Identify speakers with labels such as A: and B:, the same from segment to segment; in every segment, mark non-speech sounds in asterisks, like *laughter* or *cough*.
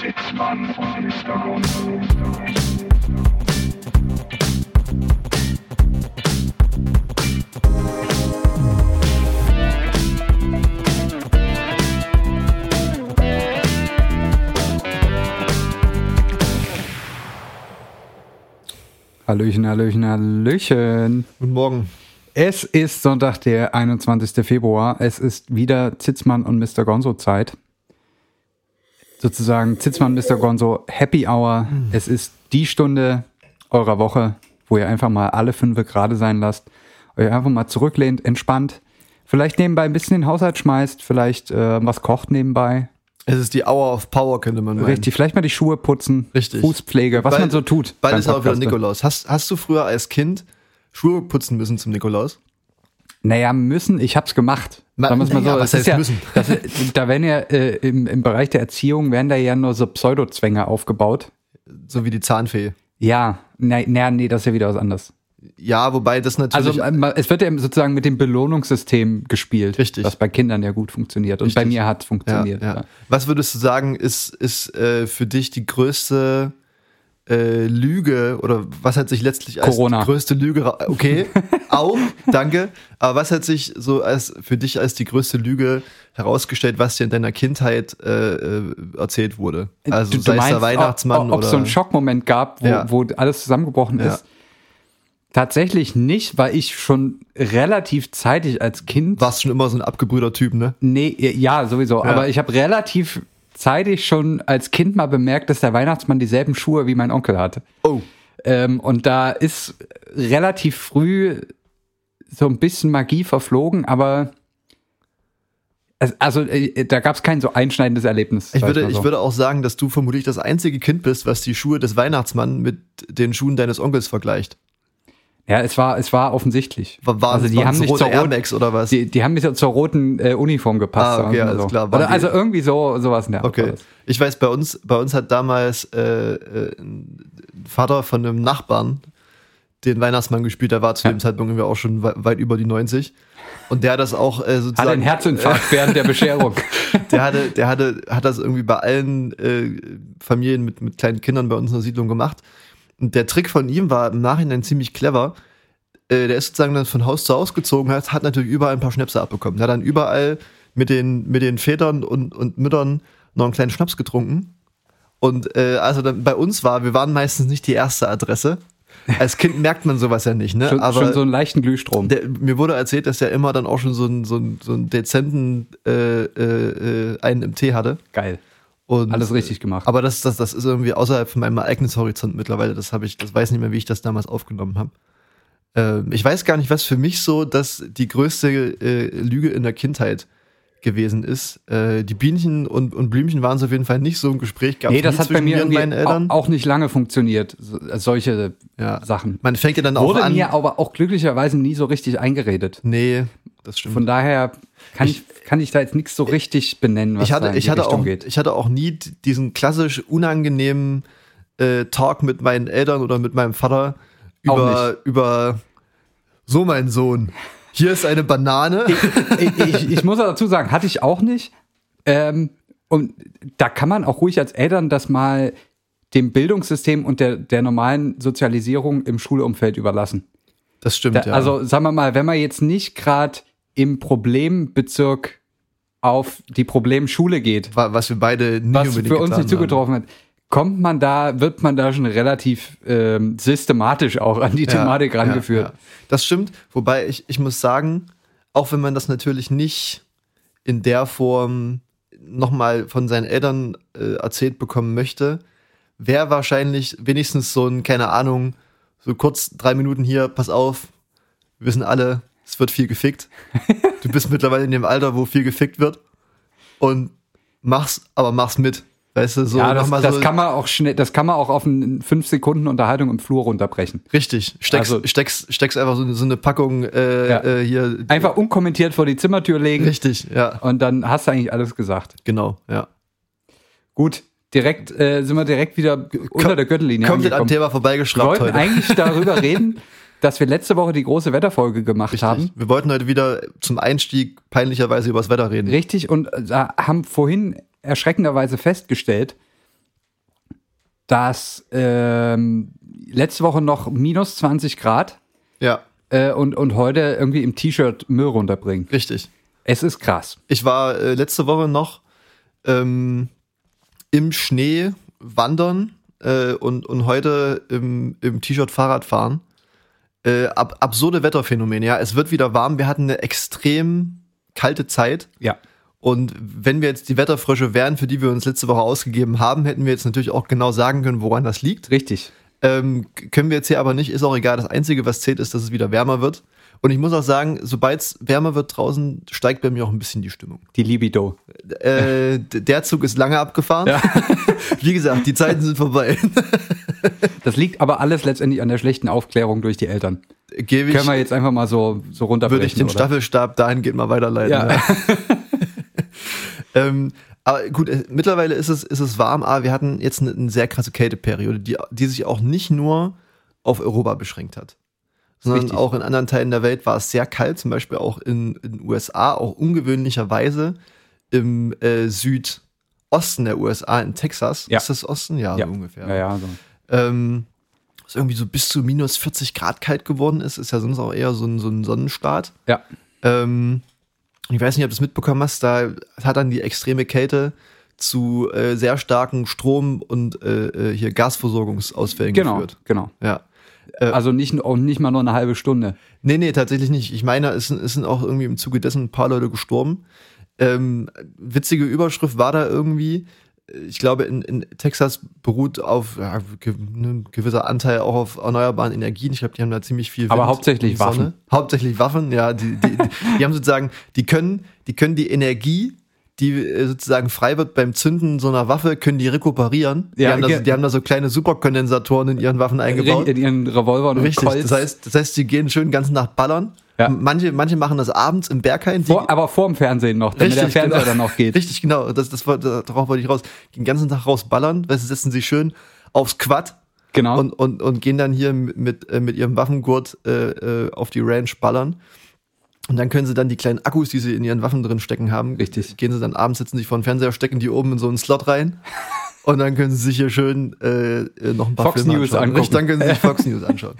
A: Sitzmann vom Hintergrund.
B: Hallöchen, Hallöchen, Hallöchen.
C: Guten Morgen.
B: Es ist Sonntag, der 21. Februar. Es ist wieder Zitzmann und Mr. Gonzo Zeit. Sozusagen Zitzmann, Mr. Gonzo Happy Hour. Es ist die Stunde eurer Woche, wo ihr einfach mal alle fünfe gerade sein lasst, euch einfach mal zurücklehnt, entspannt. Vielleicht nebenbei ein bisschen den Haushalt schmeißt, vielleicht äh, was kocht nebenbei.
C: Es ist die Hour of Power, könnte man meinen.
B: Richtig, vielleicht mal die Schuhe putzen,
C: Richtig.
B: Fußpflege, was
C: Bald-
B: man so tut.
C: Bald
B: beim ne?
C: ist auch wieder
B: Podcasten.
C: Nikolaus. Hast, hast du früher als Kind Schuhe putzen müssen zum Nikolaus?
B: Naja, müssen, ich hab's gemacht.
C: Ma-
B: Sagen wir's mal
C: naja,
B: so.
C: was
B: das ist
C: heißt
B: ja,
C: müssen?
B: Das, ist- da werden ja äh, im, im Bereich der Erziehung werden da ja nur so Pseudozwänge aufgebaut.
C: So wie die Zahnfee.
B: Ja, nein, nee, nee, das ist ja wieder was anderes.
C: Ja, wobei das natürlich.
B: Also man- es wird ja sozusagen mit dem Belohnungssystem gespielt,
C: Richtig.
B: was bei Kindern ja gut funktioniert und bei
C: Richtig.
B: mir hat
C: ja,
B: funktioniert.
C: ja. Was würdest du sagen, ist, ist äh, für dich die größte äh, Lüge oder was hat sich letztlich als
B: Corona.
C: die größte Lüge. ra-
B: *laughs*
C: Okay, auch, danke. Aber was hat sich so als für dich als die größte Lüge herausgestellt, was dir in deiner Kindheit äh, äh, erzählt wurde?
B: Äh,
C: Also sei es der Weihnachtsmann
B: ob, ob
C: oder.
B: es so einen Schockmoment gab, wo,
C: Ja.
B: wo alles zusammengebrochen
C: Ja.
B: ist? Tatsächlich nicht, weil ich schon relativ zeitig als Kind
C: warst schon immer so ein abgebrühter Typ, ne?
B: Nee, äh, ja, sowieso. Aber ich habe relativ zeitig schon als Kind mal bemerkt, dass der Weihnachtsmann dieselben Schuhe wie mein Onkel hatte.
C: Oh.
B: Ähm, und da ist relativ früh so ein bisschen Magie verflogen, aber es- also äh, da gab es kein so einschneidendes Erlebnis.
C: Ich
B: sag
C: würde,
B: mal so.
C: ich würde auch sagen, dass du vermutlich das einzige Kind bist, was die Schuhe des Weihnachtsmann mit den Schuhen deines Onkels vergleicht.
B: ja, es war, es war offensichtlich.
C: War, war,
B: also die
C: waren's
B: haben nicht
C: rote
B: zur
C: Air
B: roten,
C: Max oder was?
B: die, die haben nicht zur roten äh, Uniform gepasst.
C: Ah,
B: sagen
C: okay,
B: wir mal
C: alles
B: so.
C: klar, waren
B: Oder,
C: die-
B: also irgendwie so sowas in der Art war
C: Okay.
B: das.
C: Ich weiß, bei uns, bei uns hat damals äh, äh, ein Vater von einem Nachbarn den Weihnachtsmann gespielt. Der war zu dem Zeitpunkt irgendwie auch schon wei- weit über die 90. Und der hat das auch äh,
B: Hat
C: sozusagen.
B: einen Herzinfarkt während der
C: *laughs*
B: Bescherung.
C: der hatte, der hatte, hat das irgendwie bei allen äh, Familien mit, mit kleinen Kindern bei uns in der Siedlung gemacht. Und der Trick von ihm war im Nachhinein ziemlich clever. Äh, der ist sozusagen dann von Haus zu Haus gezogen, hat, hat natürlich überall ein paar Schnäpse abbekommen. Der hat dann überall mit den, mit den Vätern und, und Müttern noch einen kleinen Schnaps getrunken. Und äh, als er dann bei uns war, wir waren meistens nicht die erste Adresse. Als Kind merkt man sowas ja nicht, ne?
B: Schon, schon so einen leichten Glühstrom.
C: Der, mir wurde erzählt, dass er immer dann auch schon so einen, so einen, so einen dezenten äh, äh, äh, einen im Tee hatte.
B: Geil.
C: Und,
B: Alles richtig gemacht.
C: äh, Aber das, das, das ist irgendwie außerhalb von meinem Ereignishorizont mittlerweile. Das habe ich, das weiß nicht mehr, wie ich das damals aufgenommen habe. Ähm, ich weiß gar nicht, was für mich so dass die größte äh, Lüge in der Kindheit gewesen ist. Äh, die Bienchen und, und Blümchen waren es auf jeden Fall nicht so im Gespräch. Gab's
B: nee, das
C: nie
B: hat bei
C: zwischen
B: mir
C: und
B: irgendwie
C: meinen Eltern.
B: Auch, auch nicht lange funktioniert, so, äh, solche
C: Ja.
B: Sachen.
C: Man fängt ja dann auch
B: Wurde
C: an.
B: mir aber auch glücklicherweise nie so richtig eingeredet.
C: nee, das stimmt.
B: Von daher kann ich, kann ich da jetzt nichts so richtig benennen, was
C: ich hatte,
B: da in
C: ich
B: die
C: hatte
B: Richtung
C: auch,
B: geht.
C: ich hatte auch nie d- diesen klassisch unangenehmen äh, Talk mit meinen Eltern oder mit meinem Vater
B: Auch
C: über, über so mein Sohn. Hier ist
B: *laughs*
C: eine Banane.
B: ich, ich, ich muss dazu sagen, hatte ich auch nicht. Ähm, und da kann man auch ruhig als Eltern das mal dem Bildungssystem und der, der normalen Sozialisierung im Schulumfeld überlassen.
C: Das stimmt,
B: Da, Also sagen wir mal, wenn man jetzt nicht gerade im Problembezirk auf die Problemschule geht,
C: Wa- was wir beide nie
B: was
C: unbedingt
B: für uns nicht
C: getan haben.
B: zugetroffen hat, kommt man da, wird man da schon relativ ähm, systematisch auch an die Thematik rangeführt.
C: stimmt, wobei ich, ich muss sagen, auch wenn man das natürlich nicht in der Form nochmal von seinen Eltern äh, erzählt bekommen möchte, wäre wahrscheinlich wenigstens so ein, keine Ahnung, so kurz drei Minuten hier, pass auf, wir wissen alle, es wird
B: *laughs*
C: viel gefickt. Du bist mittlerweile in dem Alter, wo viel gefickt wird und mach's, aber mach's mit. Weißt du, so
B: Ja, das,
C: nochmal
B: das
C: so
B: kann man auch schnell, das kann man auch auf eine 5 Sekunden Unterhaltung im Flur runterbrechen.
C: richtig, steckst,
B: Also-
C: steckst, steckst einfach so eine, so eine Packung äh,
B: Ja.
C: äh, hier
B: Einfach unkommentiert vor die Zimmertür legen
C: Richtig, ja,
B: und dann hast du eigentlich alles gesagt.
C: genau, ja.
B: Gut, direkt äh, sind wir direkt wieder unter der Gürtellinie.
C: Komplett am
B: angekommen.
C: Thema
B: Wir
C: vorbeigeschraubt
B: wollten
C: heute.
B: eigentlich
C: *laughs*
B: darüber reden, dass wir letzte Woche die große Wetterfolge gemacht haben.
C: Wir wollten heute wieder zum Einstieg Mhm. peinlicherweise über das Wetter reden.
B: Richtig, und äh, haben vorhin erschreckenderweise festgestellt, dass ähm, letzte Woche noch minus 20 Grad
C: Ja,
B: äh, und, und heute irgendwie im T-Shirt Müll runterbringen.
C: richtig.
B: Es ist krass.
C: Ich war äh, letzte Woche noch ähm, im Schnee wandern äh, und, und heute im, im T-Shirt Fahrrad fahren. Äh, ab, absurde Wetterphänomene, ja. Es wird wieder warm. Wir hatten eine extrem kalte Zeit.
B: Ja.
C: Und wenn wir jetzt die Wetterfrösche wären, für die wir uns letzte Woche ausgegeben haben, hätten wir jetzt natürlich auch genau sagen können, woran das liegt.
B: Richtig.
C: Ähm, k- können wir jetzt hier aber nicht, ist auch egal. Das Einzige, was zählt, ist, dass es wieder wärmer wird. Und ich muss auch sagen, sobald es wärmer wird draußen, steigt bei mir auch ein bisschen die Stimmung.
B: Die Libido. *laughs*
C: Äh, d- der Zug ist lange abgefahren. *laughs* Wie gesagt, die Zeiten
B: *laughs*
C: sind vorbei.
B: Das liegt aber alles letztendlich an der schlechten Aufklärung durch die Eltern.
C: Gebe ich,
B: Können wir jetzt einfach mal so, so runterbrechen.
C: würde ich den
B: oder?
C: Staffelstab dahingehend mal weiterleiten.
B: Ja.
C: Ähm, aber gut, äh, mittlerweile ist es, ist es warm, aber wir hatten jetzt eine, eine sehr krasse Kälteperiode, die, die sich auch nicht nur auf Europa beschränkt hat. Sondern
B: Richtig.
C: auch in anderen Teilen der Welt war es sehr kalt, zum Beispiel auch in in den USA, auch ungewöhnlicherweise im äh, Südosten der USA, in Texas.
B: Ja.
C: Ist das Osten?
B: *laughs*
C: Ja,
B: ja.
C: So Also ungefähr.
B: Ja, ja, so.
C: Ähm, was irgendwie so bis zu minus 40 Grad kalt geworden ist, ist ja sonst auch eher so ein, so ein Sonnenstart.
B: ja.
C: Ähm, ich weiß nicht, ob du es mitbekommen hast, da hat dann die extreme Kälte zu äh, sehr starken Strom- und äh, äh, hier Gasversorgungsausfällen
B: Genau,
C: geführt.
B: genau.
C: Ja. Äh.
B: Also nicht, auch nicht mal nur eine halbe Stunde.
C: Nee, nee, tatsächlich nicht. Ich meine, es, sind- es sind auch irgendwie im Zuge dessen ein paar Leute gestorben. Ähm, witzige Überschrift war da irgendwie, äh, ich glaube, in, in Texas beruht auf ja, ge, ein gewisser Anteil auch auf erneuerbaren Energien. Ich glaube, die haben da ziemlich viel.
B: Aber
C: Wind
B: hauptsächlich
C: und Sonne.
B: Waffen.
C: Hauptsächlich Waffen, ja. Die, die, die, die haben sozusagen, die können, die können die Energie, die äh, sozusagen frei wird beim Zünden so einer Waffe, können die rekuperieren. Die,
B: Ja,
C: haben, da, so-
B: ge-
C: die haben da so kleine Superkondensatoren in ihren Waffen eingebaut.
B: In ihren Revolvern und
C: Richtig,
B: Colts.
C: das heißt, das heißt, sie gehen schön ganze Nacht ballern.
B: Ja.
C: Manche, manche machen das abends im Berghain. die-
B: vor, aber vor dem Fernsehen noch, damit der Fernseher
C: genau.
B: dann noch geht.
C: Richtig, genau. Das, das, war- darauf wollte ich raus. Den ganzen Tag raus ballern, weißt du, setzen sie schön aufs Quad
B: Genau.
C: und, und, und gehen dann hier mit, äh, mit ihrem Waffengurt äh, äh, auf die Ranch ballern. Und dann können sie dann die kleinen Akkus, die sie in ihren Waffen drin stecken haben,
B: Richtig.
C: gehen sie dann abends, sitzen sich vor den Fernseher, stecken die oben in so einen Slot rein. Und dann können sie sich hier schön äh, äh, noch ein paar
B: Fox
C: Filme
B: News
C: anschauen.
B: angucken.
C: Richtig, Dann können
B: *laughs*
C: sie sich Fox News anschauen.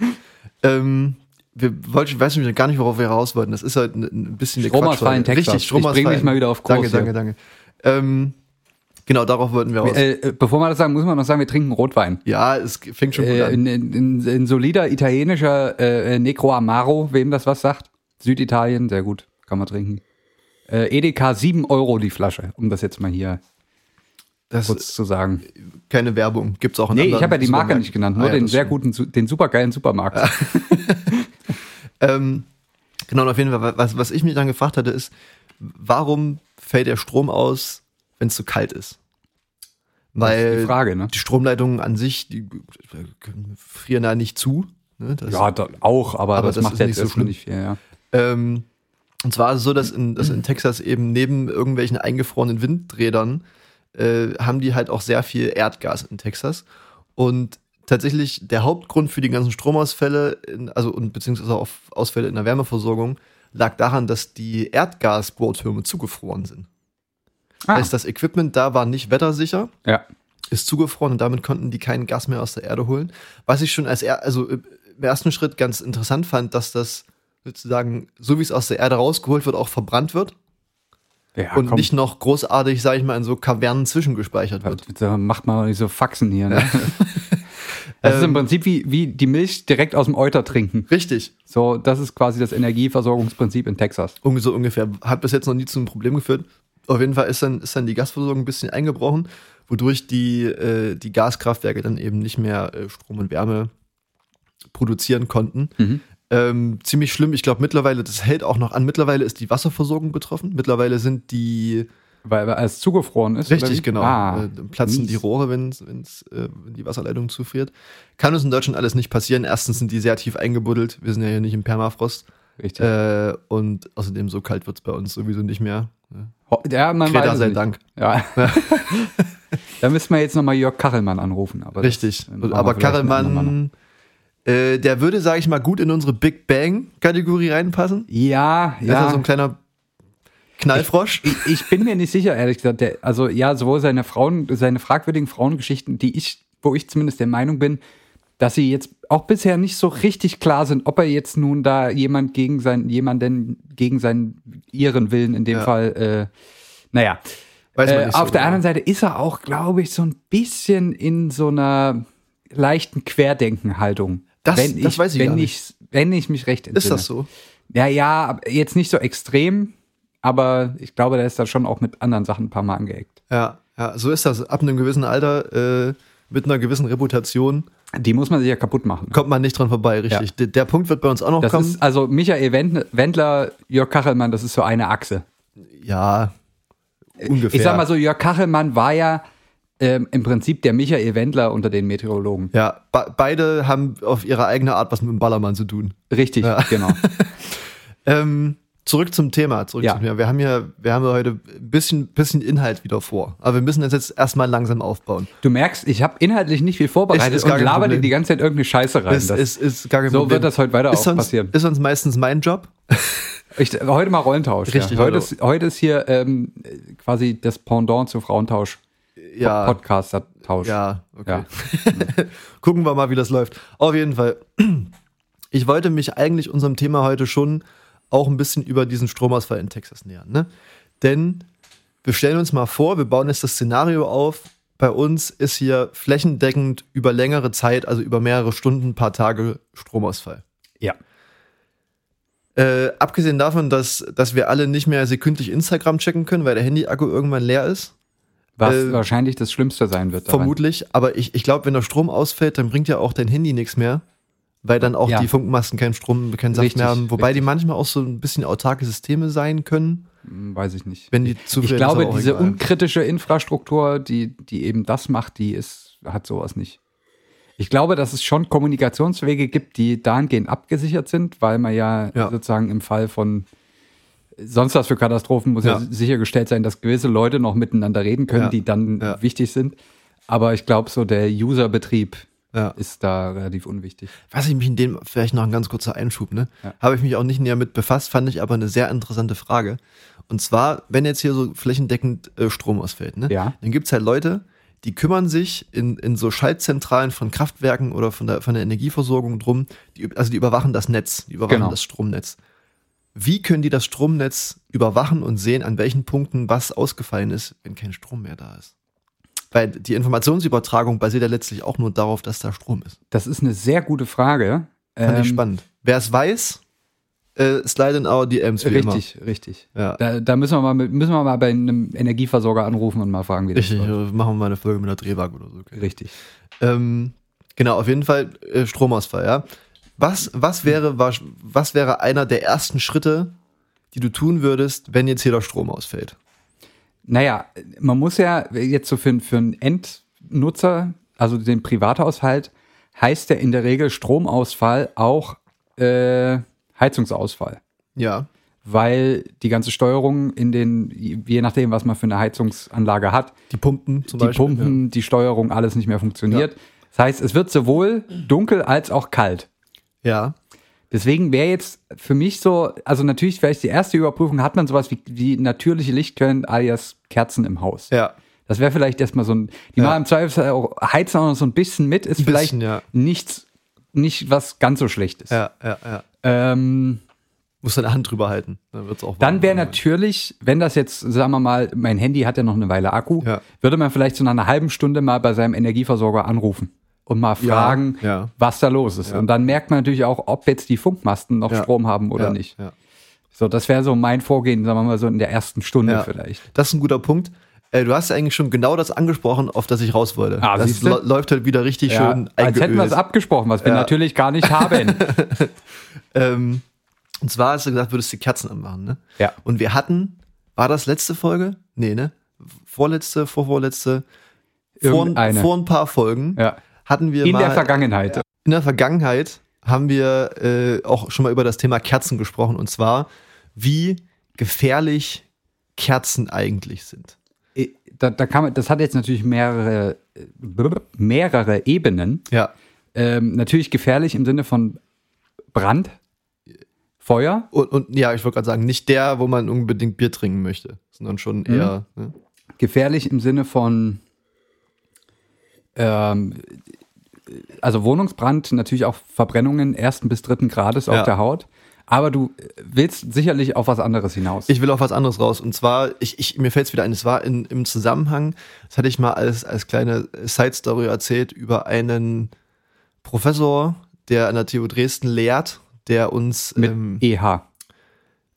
C: ähm, wir wollten, ich weiß nicht, gar nicht, worauf wir raus wollten. Das ist halt ein- ein bisschen eine
B: Stromausfall in
C: Quatschfolge.
B: Texas.
C: Richtig,
B: Ich bring
C: Stromausfall.
B: dich mal wieder auf Kurs
C: Danke, danke,
B: hier.
C: danke. Ähm, genau, darauf wollten wir raus.
B: äh, äh, bevor wir das sagen, muss man noch sagen, wir trinken Rotwein.
C: ja, es fängt schon gut
B: Äh,
C: an.
B: ein, ein, ein, ein solider italienischer äh, Necro Amaro, wem das was sagt. Süditalien, sehr gut, kann man trinken. Äh, Edeka 7 Euro die Flasche, um das jetzt mal hier
C: Das äh,
B: kurz zu sagen.
C: keine Werbung. Gibt's auch in
B: Nee, ich
C: anderen
B: habe ja die Marke
C: Supermärkten.
B: nicht genannt, nur
C: Ah ja,
B: den
C: das
B: sehr
C: stimmt.
B: guten, Su- den supergeilen Supermarkt.
C: Ähm, genau, und auf jeden Fall, was, was ich mich dann gefragt hatte, ist, warum fällt der Strom aus, wenn es zu kalt
B: Das
C: ist?
B: ist
C: *laughs* Weil
B: die Frage, ne?
C: die Stromleitungen an sich, die frieren da nicht zu. Ne? Das,
B: Ja, da, auch, aber,
C: Aber
B: das,
C: das
B: macht
C: ist
B: jetzt
C: nicht so
B: erstmal
C: schlimm.
B: nicht viel. Ja.
C: Ähm, und zwar ist es so, dass in, dass in Texas eben neben irgendwelchen eingefrorenen Windrädern äh, haben die halt auch sehr viel Erdgas in Texas. Und tatsächlich der Hauptgrund für die ganzen Stromausfälle, in, also und beziehungsweise auch Ausfälle in der Wärmeversorgung, lag daran, dass die Erdgasbohrtürme zugefroren sind.
B: Ah,
C: Heißt, das Equipment da war nicht wettersicher
B: ja.
C: ist zugefroren und damit konnten die kein Gas mehr aus der Erde holen. Was ich schon als er also im ersten Schritt ganz interessant fand, dass das sozusagen, so wie es aus der Erde rausgeholt wird, auch verbrannt wird
B: ja
C: und
B: Ah, komm,
C: nicht noch großartig, sage ich mal, in so Kavernen zwischengespeichert wird.
B: halt, bitte macht mal nicht so Faxen hier.
C: *laughs*
B: Ne? Das ist
C: Ähm,
B: im Prinzip wie, wie die Milch direkt aus dem Euter trinken.
C: Richtig,
B: So, das ist quasi das Energieversorgungsprinzip in Texas.
C: Ungef- so ungefähr. Hat bis jetzt noch nie zu einem Problem geführt. Auf jeden Fall ist dann, ist dann die Gasversorgung ein bisschen eingebrochen, wodurch die, äh, die Gaskraftwerke dann eben nicht mehr äh, Strom und Wärme produzieren konnten.
B: Mhm.
C: Ähm, ziemlich schlimm. Ich glaube mittlerweile, das hält auch noch an. Mittlerweile ist die Wasserversorgung betroffen. Mittlerweile sind die
B: Weil, weil es zugefroren ist. oder wie?
C: richtig genau
B: Ah,
C: äh, dann platzen
B: mies.
C: die Rohre, wenn's, wenn's, äh, wenn die Wasserleitung zufriert. Kann uns in Deutschland alles nicht passieren. Erstens sind die sehr tief eingebuddelt. Wir sind ja hier nicht im Permafrost
B: Richtig.
C: äh, und außerdem so kalt wird's bei uns sowieso nicht mehr. Ne?
B: Ho- ja, man weiß
C: Greta
B: es
C: sei
B: nicht.
C: Dank.
B: Ja. *laughs* da müssen wir jetzt nochmal Jörg Kachelmann anrufen. Aber das
C: Richtig.
B: machen wir
C: Aber
B: vielleicht ein andermal noch.
C: Karelmann, äh, der würde, sage ich mal, gut in unsere Big Bang Kategorie reinpassen.
B: Ja,
C: Ja. Ist ja so
B: ja.
C: ein kleiner Knallfrosch.
B: Ich bin mir nicht sicher, ehrlich gesagt. Der, also ja, sowohl seine Frauen, seine fragwürdigen Frauengeschichten, die ich wo ich zumindest der Meinung bin, dass sie jetzt auch bisher nicht so richtig klar sind, ob er jetzt nun da jemand gegen seinen, jemanden gegen seinen, ihren Willen in dem
C: Ja.
B: Fall, äh, naja.
C: Weiß man
B: Äh,
C: nicht so
B: auf der
C: genau.
B: anderen Seite ist er auch, glaube ich, so ein bisschen in so einer leichten Querdenken-Haltung.
C: Das- das weiß ich
B: wenn
C: gar
B: Ich, wenn ich mich recht entsinne.
C: Ist das so?
B: Ja, ja, aber jetzt nicht so extrem, aber ich glaube, der ist da schon auch mit anderen Sachen ein paar Mal angeeckt.
C: Ja, ja, so ist das. Ab einem gewissen Alter, äh, mit einer gewissen Reputation,
B: Die muss man sich ja kaputt machen.
C: kommt man nicht dran vorbei, richtig. Der, der Punkt wird bei uns auch noch
B: Das
C: kommen.
B: ist also Michael Wend- Wendler, Jörg Kachelmann, das ist so eine Achse.
C: ja, ungefähr.
B: Ich sag mal so, Jörg Kachelmann war ja ähm, im Prinzip der Michael Wendler unter den Meteorologen.
C: Ja, be beide haben auf ihre eigene Art was mit dem Ballermann zu tun.
B: Richtig, genau.
C: Ähm, zurück zum Thema, zurück
B: Ja.
C: zum Thema. Wir haben ja, wir haben ja heute ein bisschen, bisschen Inhalt wieder vor. Aber wir müssen das jetzt erstmal langsam aufbauen.
B: Du merkst, ich habe inhaltlich nicht viel vorbereitet
C: Ist- ist gar
B: und
C: kein
B: laber dir
C: Problem.
B: die ganze Zeit irgendeine Scheiße rein.
C: Das
B: Das-
C: ist, ist gar kein
B: so
C: Problem.
B: wird das heute weiter
C: ist
B: auch
C: sonst,
B: passieren.
C: Ist sonst meistens mein Job. *laughs*
B: Ich, heute mal Rollentausch.
C: Richtig, also
B: ja. heute,
C: heute-
B: ist, heute ist hier ähm, quasi das Pendant zu Frauentausch.
C: Ja.
B: Podcaster-Tausch.
C: Ja, okay. *laughs*
B: Ja.
C: Gucken wir mal, wie das läuft. Auf jeden Fall. *clears throat* Ich wollte mich eigentlich unserem Thema heute schon auch ein bisschen über diesen Stromausfall in Texas nähern. Ne? Denn wir stellen uns mal vor, wir bauen jetzt das Szenario auf. Bei uns ist hier flächendeckend über längere Zeit, also über mehrere Stunden, paar Tage Stromausfall.
B: ja.
C: Äh, abgesehen davon, dass, dass wir alle nicht mehr sekündlich Instagram checken können, weil der Handy-Akku irgendwann leer ist.
B: Was
C: Äh,
B: wahrscheinlich das Schlimmste sein wird. daran.
C: Vermutlich, aber ich, ich glaube, wenn der Strom ausfällt, dann bringt ja auch dein Handy nichts mehr, weil dann auch
B: Ja.
C: die Funkmasten keinen Strom, keinen Saft
B: Richtig,
C: mehr haben. Wobei
B: richtig.
C: die manchmal auch so ein bisschen autarke Systeme sein können,
B: Hm, Weiß ich nicht.
C: wenn die zu
B: Ich
C: viel- ist
B: glaube,
C: aber auch
B: diese
C: egal.
B: unkritische Infrastruktur, die, die eben das macht, die ist, hat sowas nicht. Ich glaube, dass es schon Kommunikationswege gibt, die dahingehend abgesichert sind, weil man ja,
C: Ja.
B: sozusagen im Fall von sonst was für Katastrophen muss ja.
C: Ja.
B: sichergestellt sein, dass gewisse Leute noch miteinander reden können,
C: Ja.
B: die dann
C: Ja.
B: wichtig sind. Aber ich glaube, so der Userbetrieb
C: Ja.
B: ist da relativ unwichtig.
C: Was ich mich in dem, vielleicht noch ein ganz kurzer Einschub, ne?
B: Ja.
C: Habe ich mich auch nicht näher mit befasst, fand ich aber eine sehr interessante Frage. Und zwar, wenn jetzt hier so flächendeckend äh, Strom ausfällt, ne?
B: Ja.
C: Dann gibt es halt Leute, die kümmern sich in, in so Schaltzentralen von Kraftwerken oder von der, von der Energieversorgung drum, die, also die überwachen das Netz, die überwachen
B: Genau.
C: das Stromnetz. Wie können die das Stromnetz überwachen und sehen, an welchen Punkten was ausgefallen ist, wenn kein Strom mehr da ist? Weil die Informationsübertragung basiert ja letztlich auch nur darauf, dass da Strom ist.
B: Das ist eine sehr gute Frage.
C: Fand ich
B: Ähm,
C: spannend. Wer es weiß, äh, slide in our DMs. Wie
B: Richtig, richtig.
C: Immer. Ja.
B: Da, da müssen, wir mal, mit- müssen wir mal bei einem Energieversorger anrufen und mal fragen, wie das
C: Richtig, äh,
B: läuft.
C: machen wir mal eine Folge mit einer Drehbank oder so. Okay.
B: Richtig.
C: Ähm, genau, auf jeden Fall äh, Stromausfall, ja. Was, was, wäre, was, was wäre einer der ersten Schritte, die du tun würdest, wenn jetzt hier der Strom ausfällt?
B: Naja, man muss ja jetzt so für, für einen Endnutzer, also den Privathaushalt, heißt ja in der Regel Stromausfall auch äh, Heizungsausfall.
C: Ja,
B: Weil die ganze Steuerung in den, je nachdem, was man für eine Heizungsanlage hat,
C: die Pumpen zum
B: die
C: Beispiel.
B: Pumpen, die Steuerung, alles nicht mehr funktioniert. Das heißt, es wird sowohl dunkel als auch kalt.
C: Ja.
B: Deswegen wäre jetzt für mich so, also natürlich vielleicht die erste Überprüfung, hat man sowas wie, wie natürliche Lichtquellen alias Kerzen im Haus.
C: ja, ja.
B: Das wäre vielleicht erstmal so ein, die
C: Ja.
B: machen im Zweifelsfall auch, heizen auch noch so ein bisschen mit, ist vielleicht
C: bisschen, ja.
B: nichts, nicht was ganz so Schlechtes.
C: Ja, ja, ja.
B: Ähm,
C: Muss deine Hand drüber halten, dann wird's auch warm.
B: dann wäre natürlich, wenn das jetzt, sagen wir mal, mein Handy hat ja noch eine Weile Akku,
C: Ja.
B: würde man vielleicht so nach einer halben Stunde mal bei seinem Energieversorger anrufen und mal
C: Ja,
B: fragen,
C: ja.
B: was da los ist. Und dann merkt man natürlich auch, ob jetzt die Funkmasten noch
C: Ja.
B: Strom haben oder
C: ja,
B: nicht.
C: Ja.
B: So, das wäre so mein Vorgehen, sagen wir mal so in der ersten Stunde
C: Ja.
B: vielleicht.
C: Das ist ein guter Punkt. Äh, Du hast eigentlich schon genau das angesprochen, auf das ich raus wollte.
B: Ah,
C: das
B: siehste?
C: lo- läuft halt wieder richtig schön
B: als hätten wir es
C: eingeölt.
B: abgesprochen, was wir
C: Ja.
B: natürlich gar nicht
C: *laughs*
B: haben.
C: Ähm, und zwar hast du gesagt, würdest du die Kerzen anmachen, ne?
B: Ja.
C: Und wir hatten, war das letzte Folge? Nee, ne? Vorletzte, vorvorletzte, vor,
B: Irgendeine.
C: vor ein paar Folgen
B: ja.
C: hatten wir
B: In
C: mal
B: der Vergangenheit.
C: in der Vergangenheit haben wir äh, auch schon mal über das Thema Kerzen gesprochen und zwar, wie gefährlich Kerzen eigentlich sind.
B: Äh, Da, da kann man, das hat jetzt natürlich mehrere, äh, mehrere Ebenen.
C: Ja.
B: Ähm, natürlich gefährlich im Sinne von Brand, Feuer,
C: Und, und ja, ich wollte gerade sagen, nicht der, wo man unbedingt Bier trinken möchte, sondern schon eher. Ne?
B: gefährlich im Sinne von ähm, also Wohnungsbrand, natürlich auch Verbrennungen ersten bis dritten Grades
C: Ja.
B: auf der Haut. Aber du willst sicherlich auf was anderes hinaus.
C: Ich will auf was anderes raus. Und zwar, ich, ich, mir fällt es wieder ein, es war in, im Zusammenhang, das hatte ich mal als, als kleine Side-Story erzählt, über einen Professor, der an der TU Dresden lehrt, der uns
B: mit
C: ähm,
B: EH.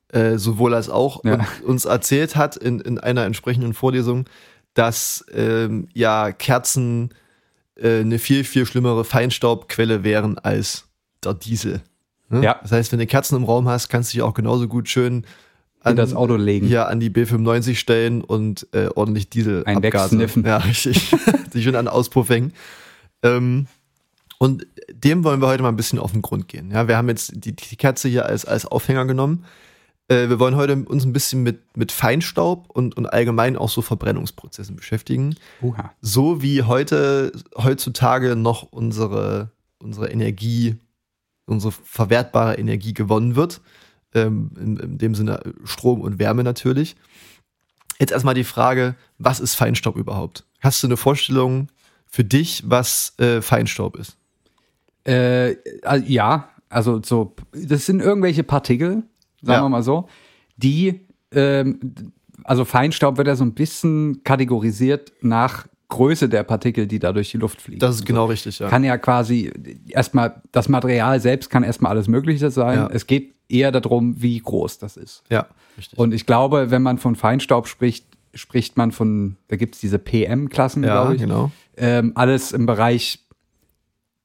C: äh, sowohl als auch
B: Ja.
C: und uns erzählt hat in, in einer entsprechenden Vorlesung, dass ähm, ja Kerzen äh, eine viel, viel schlimmere Feinstaubquelle wären als der Diesel. Ne?
B: Ja.
C: Das heißt, wenn du Kerzen im Raum hast, kannst du dich auch genauso gut schön
B: In das Auto legen.
C: ja, an die B95 stellen und äh, ordentlich Diesel
B: Ein wegsniffen.
C: Ja, richtig. die schön an den Auspuff hängen. Ähm, und dem wollen wir heute mal ein bisschen auf den Grund gehen. Ja, wir haben jetzt die, die Kerze hier als, als Aufhänger genommen. Äh, wir wollen heute uns ein bisschen mit, mit Feinstaub und, und allgemein auch so Verbrennungsprozessen beschäftigen.
B: Uha.
C: So wie heute, heutzutage noch unsere, unsere Energie, unsere verwertbare Energie gewonnen wird. Ähm, in, in dem Sinne Strom und Wärme natürlich. Jetzt erstmal die Frage, was ist Feinstaub überhaupt? Hast du eine Vorstellung für dich, was äh, Feinstaub ist?
B: Äh, also, ja, also so, das sind irgendwelche Partikel, sagen
C: Ja.
B: wir mal so, die, ähm, also Feinstaub wird ja so ein bisschen kategorisiert nach Größe der Partikel, die da durch die Luft fliegen.
C: Das ist genau richtig, ja.
B: kann ja quasi erstmal, das Material selbst kann erstmal alles Mögliche sein.
C: Ja.
B: Es geht eher darum, wie groß das ist.
C: ja, richtig.
B: Und ich glaube, wenn man von Feinstaub spricht, spricht man von, da gibt es diese PM-Klassen,
C: ja,
B: glaube ich.
C: genau.
B: Ähm, alles im Bereich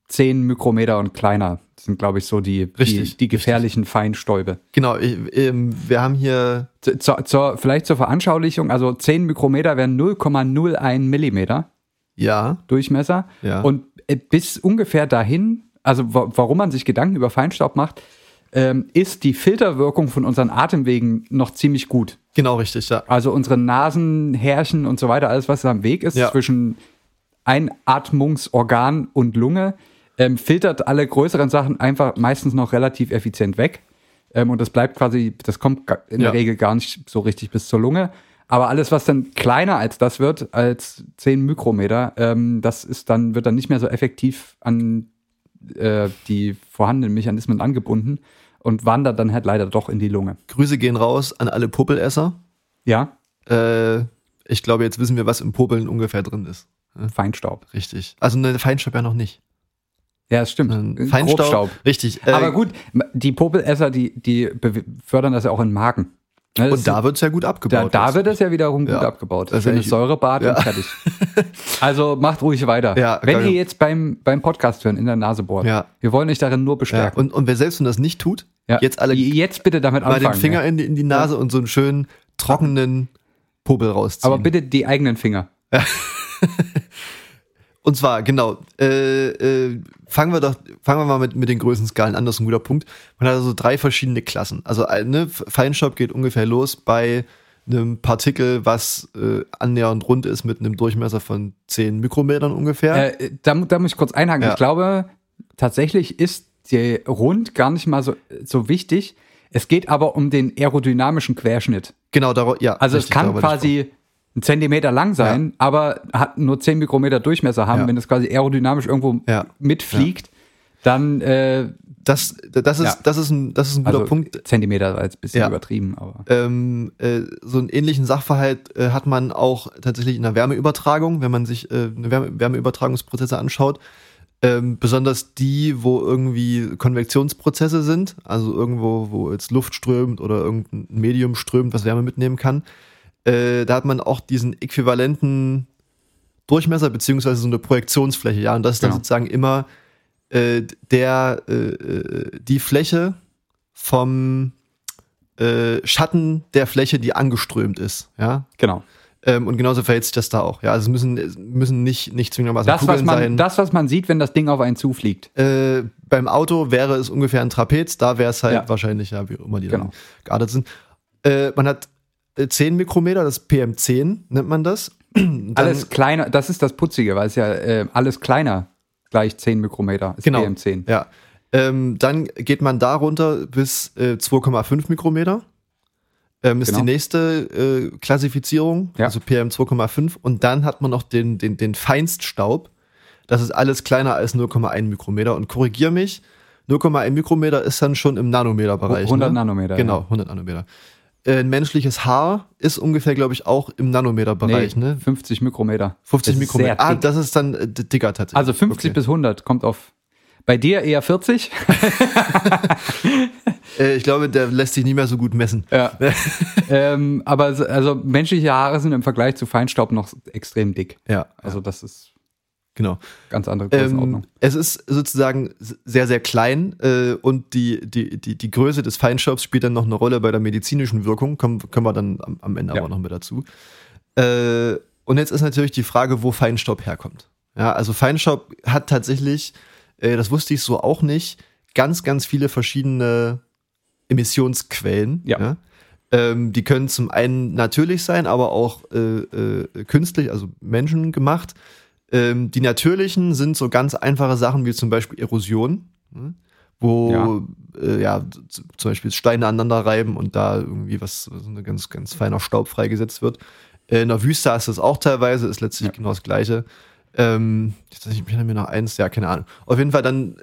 B: 10 Mikrometer und kleiner sind, glaube ich, so die,
C: Richtig,
B: die, die gefährlichen Feinstäube.
C: Genau, ich, ähm, wir haben hier,
B: Zu- Zur, zur, vielleicht zur Veranschaulichung, also 10 Mikrometer wären 0,01 Millimeter.
C: ja,
B: Durchmesser.
C: Ja.
B: Und äh, bis ungefähr dahin, also wa warum man sich Gedanken über Feinstaub macht, ähm, ist die Filterwirkung von unseren Atemwegen noch ziemlich gut.
C: genau richtig, ja.
B: Also unsere Nasen, Härchen und so weiter, alles, was am Weg ist
C: Ja.
B: zwischen Einatmungsorgan und Lunge, ähm, filtert alle größeren Sachen einfach meistens noch relativ effizient weg. Ähm, und das bleibt quasi, das kommt ga- in
C: Ja.
B: der Regel gar nicht so richtig bis zur Lunge. Aber alles, was dann kleiner als das wird, als 10 Mikrometer, ähm, das ist dann, wird dann nicht mehr so effektiv an äh, die vorhandenen Mechanismen angebunden und wandert dann halt leider doch in die Lunge.
C: Grüße gehen raus an alle Popelesser.
B: Ja,
C: Äh, ich glaube, jetzt wissen wir, was im Popeln ungefähr drin ist.
B: Feinstaub.
C: Richtig. Also ne, Feinstaub ja noch nicht.
B: Ja, das stimmt.
C: Ähm, Feinstaub. Äh,
B: Grobstaub.
C: Richtig.
B: Aber gut, die Popelesser, die, die be- fördern das ja auch in den Magen. Ne, das
C: Und da wird es ja gut
B: da,
C: abgebaut.
B: da wird es ja wiederum
C: Ja.
B: gut abgebaut.
C: Das ist
B: Schönes
C: eigentlich-
B: Säurebad
C: Ja.
B: und
C: *laughs*
B: fertig. Also macht ruhig weiter.
C: Ja,
B: Wenn
C: geil.
B: ihr jetzt beim, beim Podcast hören in der Nase bohrt,
C: Ja.
B: wir wollen euch darin nur
C: ja.
B: bestärken.
C: und, und wer selbst wenn das nicht tut,
B: Ja.
C: jetzt alle
B: jetzt bitte damit
C: mal
B: anfangen.
C: den Finger
B: ja.
C: in, die, in die Nase und so einen schönen trockenen Popel rausziehen.
B: Aber bitte die eigenen Finger.
C: Und zwar, genau, äh, äh, fangen wir doch, fangen wir mal mit, mit den Größenskalen an, das ist ein guter Punkt. Man hat also drei verschiedene Klassen. Also eine Feinstaub geht ungefähr los bei einem Partikel, was äh, annähernd rund ist mit einem Durchmesser von 10 Mikrometern ungefähr.
B: Äh, da, mu- da muss ich kurz einhaken.
C: Ja.
B: Ich glaube, tatsächlich ist der Rund gar nicht mal so, so wichtig. Es geht aber um den aerodynamischen Querschnitt.
C: genau, darauf, ja.
B: Also es
C: richtig,
B: kann
C: darüber nicht
B: quasi ein Zentimeter lang sein, aber hat nur 10 Mikrometer Durchmesser haben.
C: Ja.
B: Wenn es quasi aerodynamisch irgendwo
C: Ja.
B: mitfliegt, dann äh,
C: Das, das, ist,
B: Ja.
C: das, ist ein, das ist ein guter
B: also
C: Punkt.
B: Zentimeter war jetzt ein bisschen
C: Ja.
B: übertrieben, aber
C: Ähm, äh, so einen ähnlichen Sachverhalt äh, hat man auch tatsächlich in der Wärmeübertragung, wenn man sich äh, eine Wärme, Wärmeübertragungsprozesse anschaut. Ähm, besonders die, wo irgendwie Konvektionsprozesse sind, also irgendwo, wo jetzt Luft strömt oder irgendein Medium strömt, was Wärme mitnehmen kann. Äh, da hat man auch diesen äquivalenten Durchmesser beziehungsweise so eine Projektionsfläche, ja. Und das ist dann
B: Genau.
C: sozusagen immer äh, der äh, äh, die Fläche vom äh, Schatten der Fläche, die angeströmt ist, ja.
B: genau.
C: Ähm, und genauso verhält sich das da auch, ja. Also es müssen es müssen nicht nicht zwingendermaßen
B: Das was, man,
C: sein.
B: das, was man sieht, wenn das Ding auf einen zufliegt.
C: äh, beim Auto wäre es ungefähr ein Trapez, da wäre es halt
B: Ja.
C: wahrscheinlich, ja, wie auch immer die dann
B: Genau.
C: geartet sind. Äh, man hat äh, 10 Mikrometer, das PM10 nennt man das. *clears throat* Dann-
B: Alles kleiner, das ist das Putzige, weil es ja äh, alles kleiner gleich 10 Mikrometer ist
C: Genau.
B: PM10.
C: Ja. Ähm, dann geht man da runter bis äh, 2,5 Mikrometer. Ähm, ist
B: Genau.
C: die nächste äh, Klassifizierung,
B: Ja.
C: also PM 2,5. Und dann hat man noch den, den, den Feinststaub. das ist alles kleiner als 0,1 Mikrometer. Und korrigier mich, 0,1 Mikrometer ist dann schon im Nanometerbereich.
B: 100
C: ne?
B: Nanometer.
C: Genau, 100 Nanometer. Äh, Ein menschliches Haar ist ungefähr, glaube ich, auch im
B: Ja.
C: Nanometerbereich,
B: Nee,
C: ne?
B: 50 Mikrometer.
C: 50
B: Das ist sehr
C: Mikrometer. Ah,
B: dick.
C: das ist dann äh, d- dicker tatsächlich.
B: also 50
C: Okay.
B: bis 100 kommt auf. Bei dir eher 40?
C: Äh, ich glaube, der lässt sich nicht mehr so gut messen.
B: Ja. ähm, aber s- also menschliche Haare sind im Vergleich zu Feinstaub noch extrem dick.
C: Ja,
B: Also das ist
C: genau.
B: ganz andere Größenordnung.
C: Ähm, es ist sozusagen s- sehr, sehr klein äh, und die, die, die, die Größe des Feinstaubs spielt dann noch eine Rolle bei der medizinischen Wirkung. Kommen, können wir dann am, am Ende
B: Ja.
C: aber noch mit dazu. Äh, und jetzt ist natürlich die Frage, wo Feinstaub herkommt. Ja, also Feinstaub hat tatsächlich, äh, das wusste ich so auch nicht, ganz, ganz viele verschiedene Emissionsquellen.
B: Ja.
C: Ähm, die können zum einen natürlich sein, aber auch äh, äh, künstlich, also menschengemacht. Ähm, die natürlichen sind so ganz einfache Sachen wie zum Beispiel Erosion, ne? wo äh, ja, z- zum Beispiel Steine aneinander reiben und da irgendwie was, so ein ganz, ganz feiner Staub freigesetzt wird. Äh, in der Wüste hast du es auch teilweise, ist letztlich
B: Ja.
C: genau das Gleiche. Ähm, jetzt ich bin mir noch eins, ja, keine Ahnung. Auf jeden Fall dann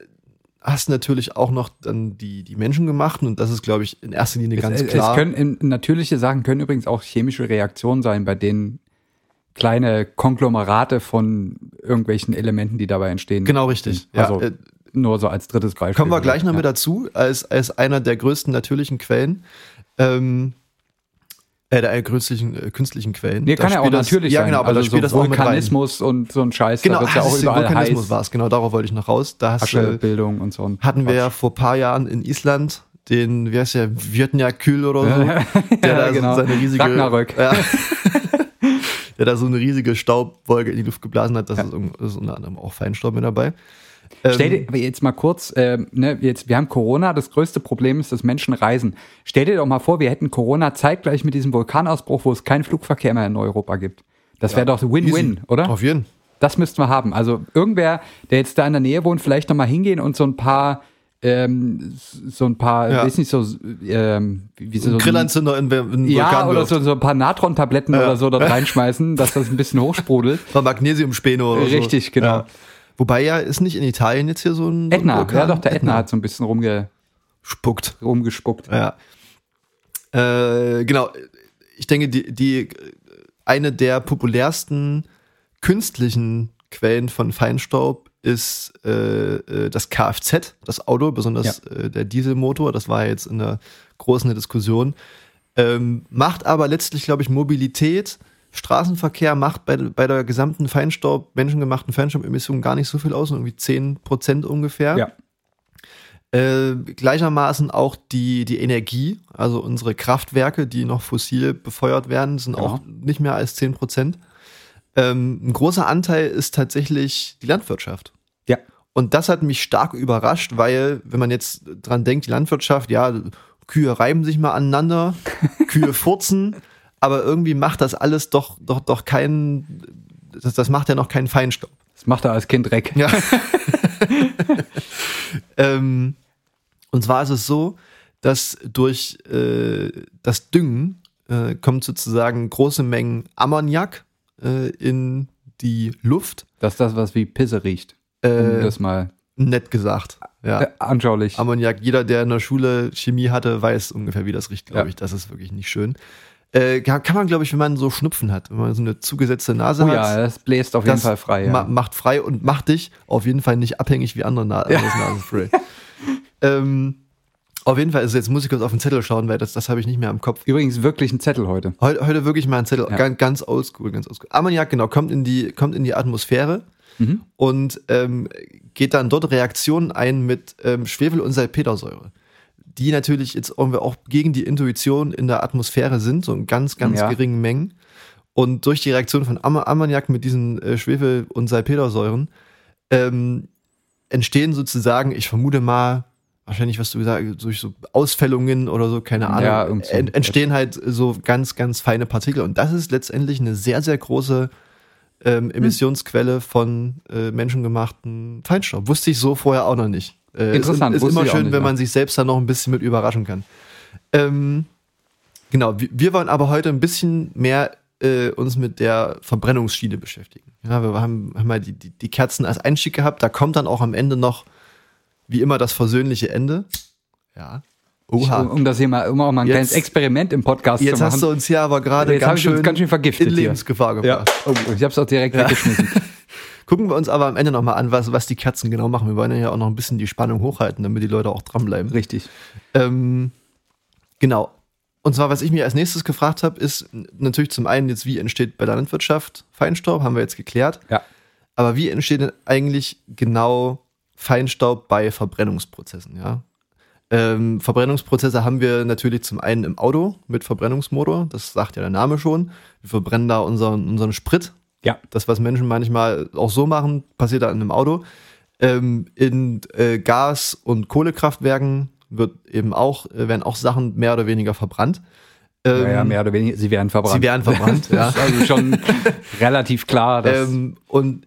C: hast du natürlich auch noch dann die, die Menschen gemacht und das ist, glaube ich, in erster Linie ganz
B: es,
C: klar.
B: es können in- natürliche Sachen können übrigens auch chemische Reaktionen sein, bei denen kleine Konglomerate von irgendwelchen Elementen, die dabei entstehen.
C: genau richtig. Ja,
B: Also
C: äh,
B: nur so als drittes Beispiel.
C: Kommen wir gleich noch
B: Genau. Ja.
C: mit dazu, als, als einer der größten natürlichen Quellen. Ähm, äh, der größlichen, äh, künstlichen Quellen.
B: Nee, kann
C: Da
B: ja auch
C: spielt das-
B: natürlich
C: Ja,
B: sein.
C: genau, aber
B: also
C: da
B: so
C: spielt das auch mit rein.
B: Vulkanismus und so ein Scheiß,
C: Genau,
B: da wird ja
C: ah,
B: auch
C: siehst du,
B: überall
C: Vulkanismus
B: heiß.
C: war es, genau, darauf wollte ich noch raus. Da hast, äh,
B: Aschebildung und so. ein
C: hatten wir
B: Quatsch.
C: ja vor paar Jahren in Island den, wie heißt der, Wirtnja Kühl oder
B: *laughs*
C: so, der da so
B: genau.
C: seine riesige,
B: Ragnarök.
C: Ja, *laughs* der da so eine riesige Staubwolke in die Luft geblasen hat, das ist, un- ist unter anderem auch Feinstaub mit dabei. Ähm,
B: Stell dir aber jetzt mal kurz, ähm, ne, jetzt, wir haben Corona, das größte Problem ist, dass Menschen reisen. Stell dir doch mal vor, wir hätten Corona zeitgleich mit diesem Vulkanausbruch, wo es keinen Flugverkehr mehr in Europa gibt. Das wäre doch Win-Win,
C: easy.
B: oder?
C: Auf jeden Fall.
B: Das müssten wir haben. Also irgendwer, der jetzt da in der Nähe wohnt, vielleicht nochmal hingehen und so ein paar, ähm, so ein paar,
C: Ja.
B: weiß nicht, so, ähm, wie, wie so
C: Ein
B: ein-
C: Grillanzünder in, in einen
B: ja,
C: Vulkan
B: oder
C: wirft.
B: so, so ein paar Natron-Tabletten oder so dort reinschmeißen, dass das ein bisschen
C: *laughs*
B: hochsprudelt.
C: Mal Magnesiumspäne oder so.
B: Richtig, genau.
C: Ja. Wobei ja, ist nicht in Italien jetzt hier so ein.
B: Edna,
C: Vulkan?
B: ja doch, der Edna hat so ein bisschen rumge,
C: Spuckt.
B: rumgespuckt.
C: Ja. Äh, genau. Ich denke, die, die eine der populärsten künstlichen Quellen von Feinstaub ist äh, äh, das Kfz, das Auto, besonders äh, der Dieselmotor. Das war ja jetzt in der großen Diskussion. Ähm, macht aber letztlich, glaube ich, Mobilität, Straßenverkehr macht bei, bei der gesamten Feinstaub, menschengemachten Feinstaubemission gar nicht so viel aus, irgendwie 10% ungefähr.
B: Ja.
C: Äh, gleichermaßen auch die, die Energie, also unsere Kraftwerke, die noch fossil befeuert werden, sind
B: Ja.
C: auch nicht mehr als 10 Prozent. Ähm, ein großer Anteil ist tatsächlich die Landwirtschaft.
B: Ja.
C: Und das hat mich stark überrascht, weil, wenn man jetzt dran denkt, die Landwirtschaft, ja, Kühe reiben sich mal aneinander, Kühe furzen, aber irgendwie macht das alles doch, doch, doch keinen, das, das macht ja noch keinen Feinstaub.
B: Das macht er als Kind Dreck.
C: Ja. *laughs* ähm, und zwar ist es so, dass durch äh, das Düngen äh, kommt sozusagen große Mengen Ammoniak äh, in die Luft.
B: Das ist das, was wie Pisse riecht. Um
C: Äh,
B: das mal
C: nett gesagt. Ja.
B: äh, anschaulich.
C: Ammoniak, jeder, der in der Schule Chemie hatte, weiß ungefähr, wie das riecht, glaube
B: Ja.
C: ich. Das ist wirklich nicht schön. Äh, kann kann man, glaube ich, wenn man so Schnupfen hat, wenn man so eine zugesetzte Nase
B: oh
C: hat.
B: ja, das bläst auf jeden Fall frei. Ah, Ja.
C: ma macht frei und macht dich auf jeden Fall nicht abhängig wie andere Na anderes
B: *laughs*
C: Nasenspray. ähm, auf jeden Fall ist jetzt muss ich kurz auf den Zettel schauen, weil das, das habe ich nicht mehr im Kopf.
B: Übrigens wirklich ein Zettel heute.
C: Heute, heute wirklich mal ein Zettel,
B: Ja.
C: ganz, ganz oldschool, ganz oldschool. Ammoniak, genau, kommt in die, kommt in die Atmosphäre Mhm. und ähm, geht dann dort Reaktionen ein mit ähm, Schwefel und Salpetersäure, die natürlich jetzt irgendwie auch gegen die Intuition in der Atmosphäre sind, so in ganz, ganz
B: Ja.
C: geringen Mengen. Und durch die Reaktion von Am Ammoniak mit diesen äh, Schwefel- und Salpetersäuren ähm, entstehen sozusagen, ich vermute mal, wahrscheinlich, was du gesagt hast, durch so Ausfällungen oder so, keine Ahnung,
B: Ja, irgend so ein-
C: ent entstehen halt so ganz, ganz feine Partikel. Und das ist letztendlich eine sehr, sehr große
B: Hm.
C: ähm, Emissionsquelle von äh, menschengemachten Feinstaub. Wusste ich so vorher auch noch nicht. Äh,
B: Interessant,
C: Ist, ist
B: wusste
C: immer
B: ich auch
C: schön,
B: nicht,
C: wenn
B: ja.
C: man sich selbst dann noch ein bisschen mit überraschen kann. Ähm, genau, wir, wir wollen aber heute ein bisschen mehr äh, uns mit der Verbrennungsschiene beschäftigen. Ja, wir haben, haben mal die, die, die Kerzen als Einstieg gehabt. Da kommt dann auch am Ende noch, wie immer, das versöhnliche Ende. Ja.
B: Um, um das hier mal, um auch mal ein
C: Jetzt-
B: kleines Experiment im Podcast
C: Jetzt
B: zu machen.
C: hast du uns hier aber gerade
B: Jetzt hab
C: ganz,
B: ich uns
C: schön
B: ganz schön vergiftet
C: in
B: hier.
C: Lebensgefahr
B: ja.
C: gebracht.
B: oh, ich hab's auch direkt weggeschmissen.
C: Gucken wir uns aber am Ende nochmal an, was, was die Kerzen genau machen. Wir wollen ja auch noch ein bisschen die Spannung hochhalten, damit die Leute auch dranbleiben.
B: Richtig.
C: *laughs* Ähm, genau. Und zwar, was ich mir als nächstes gefragt habe, ist natürlich zum einen jetzt, wie entsteht bei der Landwirtschaft Feinstaub, haben wir jetzt geklärt.
B: Ja.
C: Aber wie entsteht denn eigentlich genau Feinstaub bei Verbrennungsprozessen? Ja? Ähm, Verbrennungsprozesse haben wir natürlich zum einen im Auto mit Verbrennungsmotor, das sagt ja der Name schon. Wir verbrennen da unseren, unseren Sprit.
B: Ja.
C: Das, was Menschen manchmal auch so machen, passiert da in einem Auto. Ähm, in äh, Gas- und Kohlekraftwerken wird eben auch, äh, werden auch Sachen mehr oder weniger verbrannt. Ähm,
B: naja, mehr oder weniger, sie werden verbrannt.
C: Sie werden verbrannt,
B: *laughs*
C: ja.
B: Das ist also
C: *laughs*
B: schon relativ klar, dass
C: Ähm, und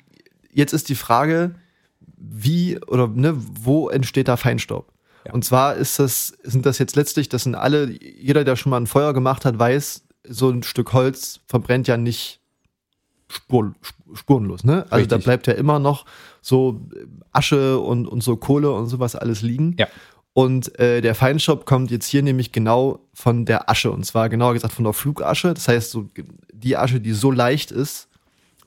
C: jetzt ist die Frage, wie oder ne, wo entsteht da Feinstaub?
B: Ja.
C: Und zwar ist das, sind das jetzt letztlich, das sind alle, jeder, der schon mal ein Feuer gemacht hat, weiß, so ein Stück Holz verbrennt ja nicht spur, sp- spurenlos, ne? Also da
B: Richtig.
C: bleibt ja immer noch so Asche und, und so Kohle und sowas alles liegen.
B: Ja.
C: Und äh, der Feinstaub kommt jetzt hier nämlich genau von der Asche. Und zwar genauer gesagt von der Flugasche. Das heißt, so ge- die Asche, die so leicht ist,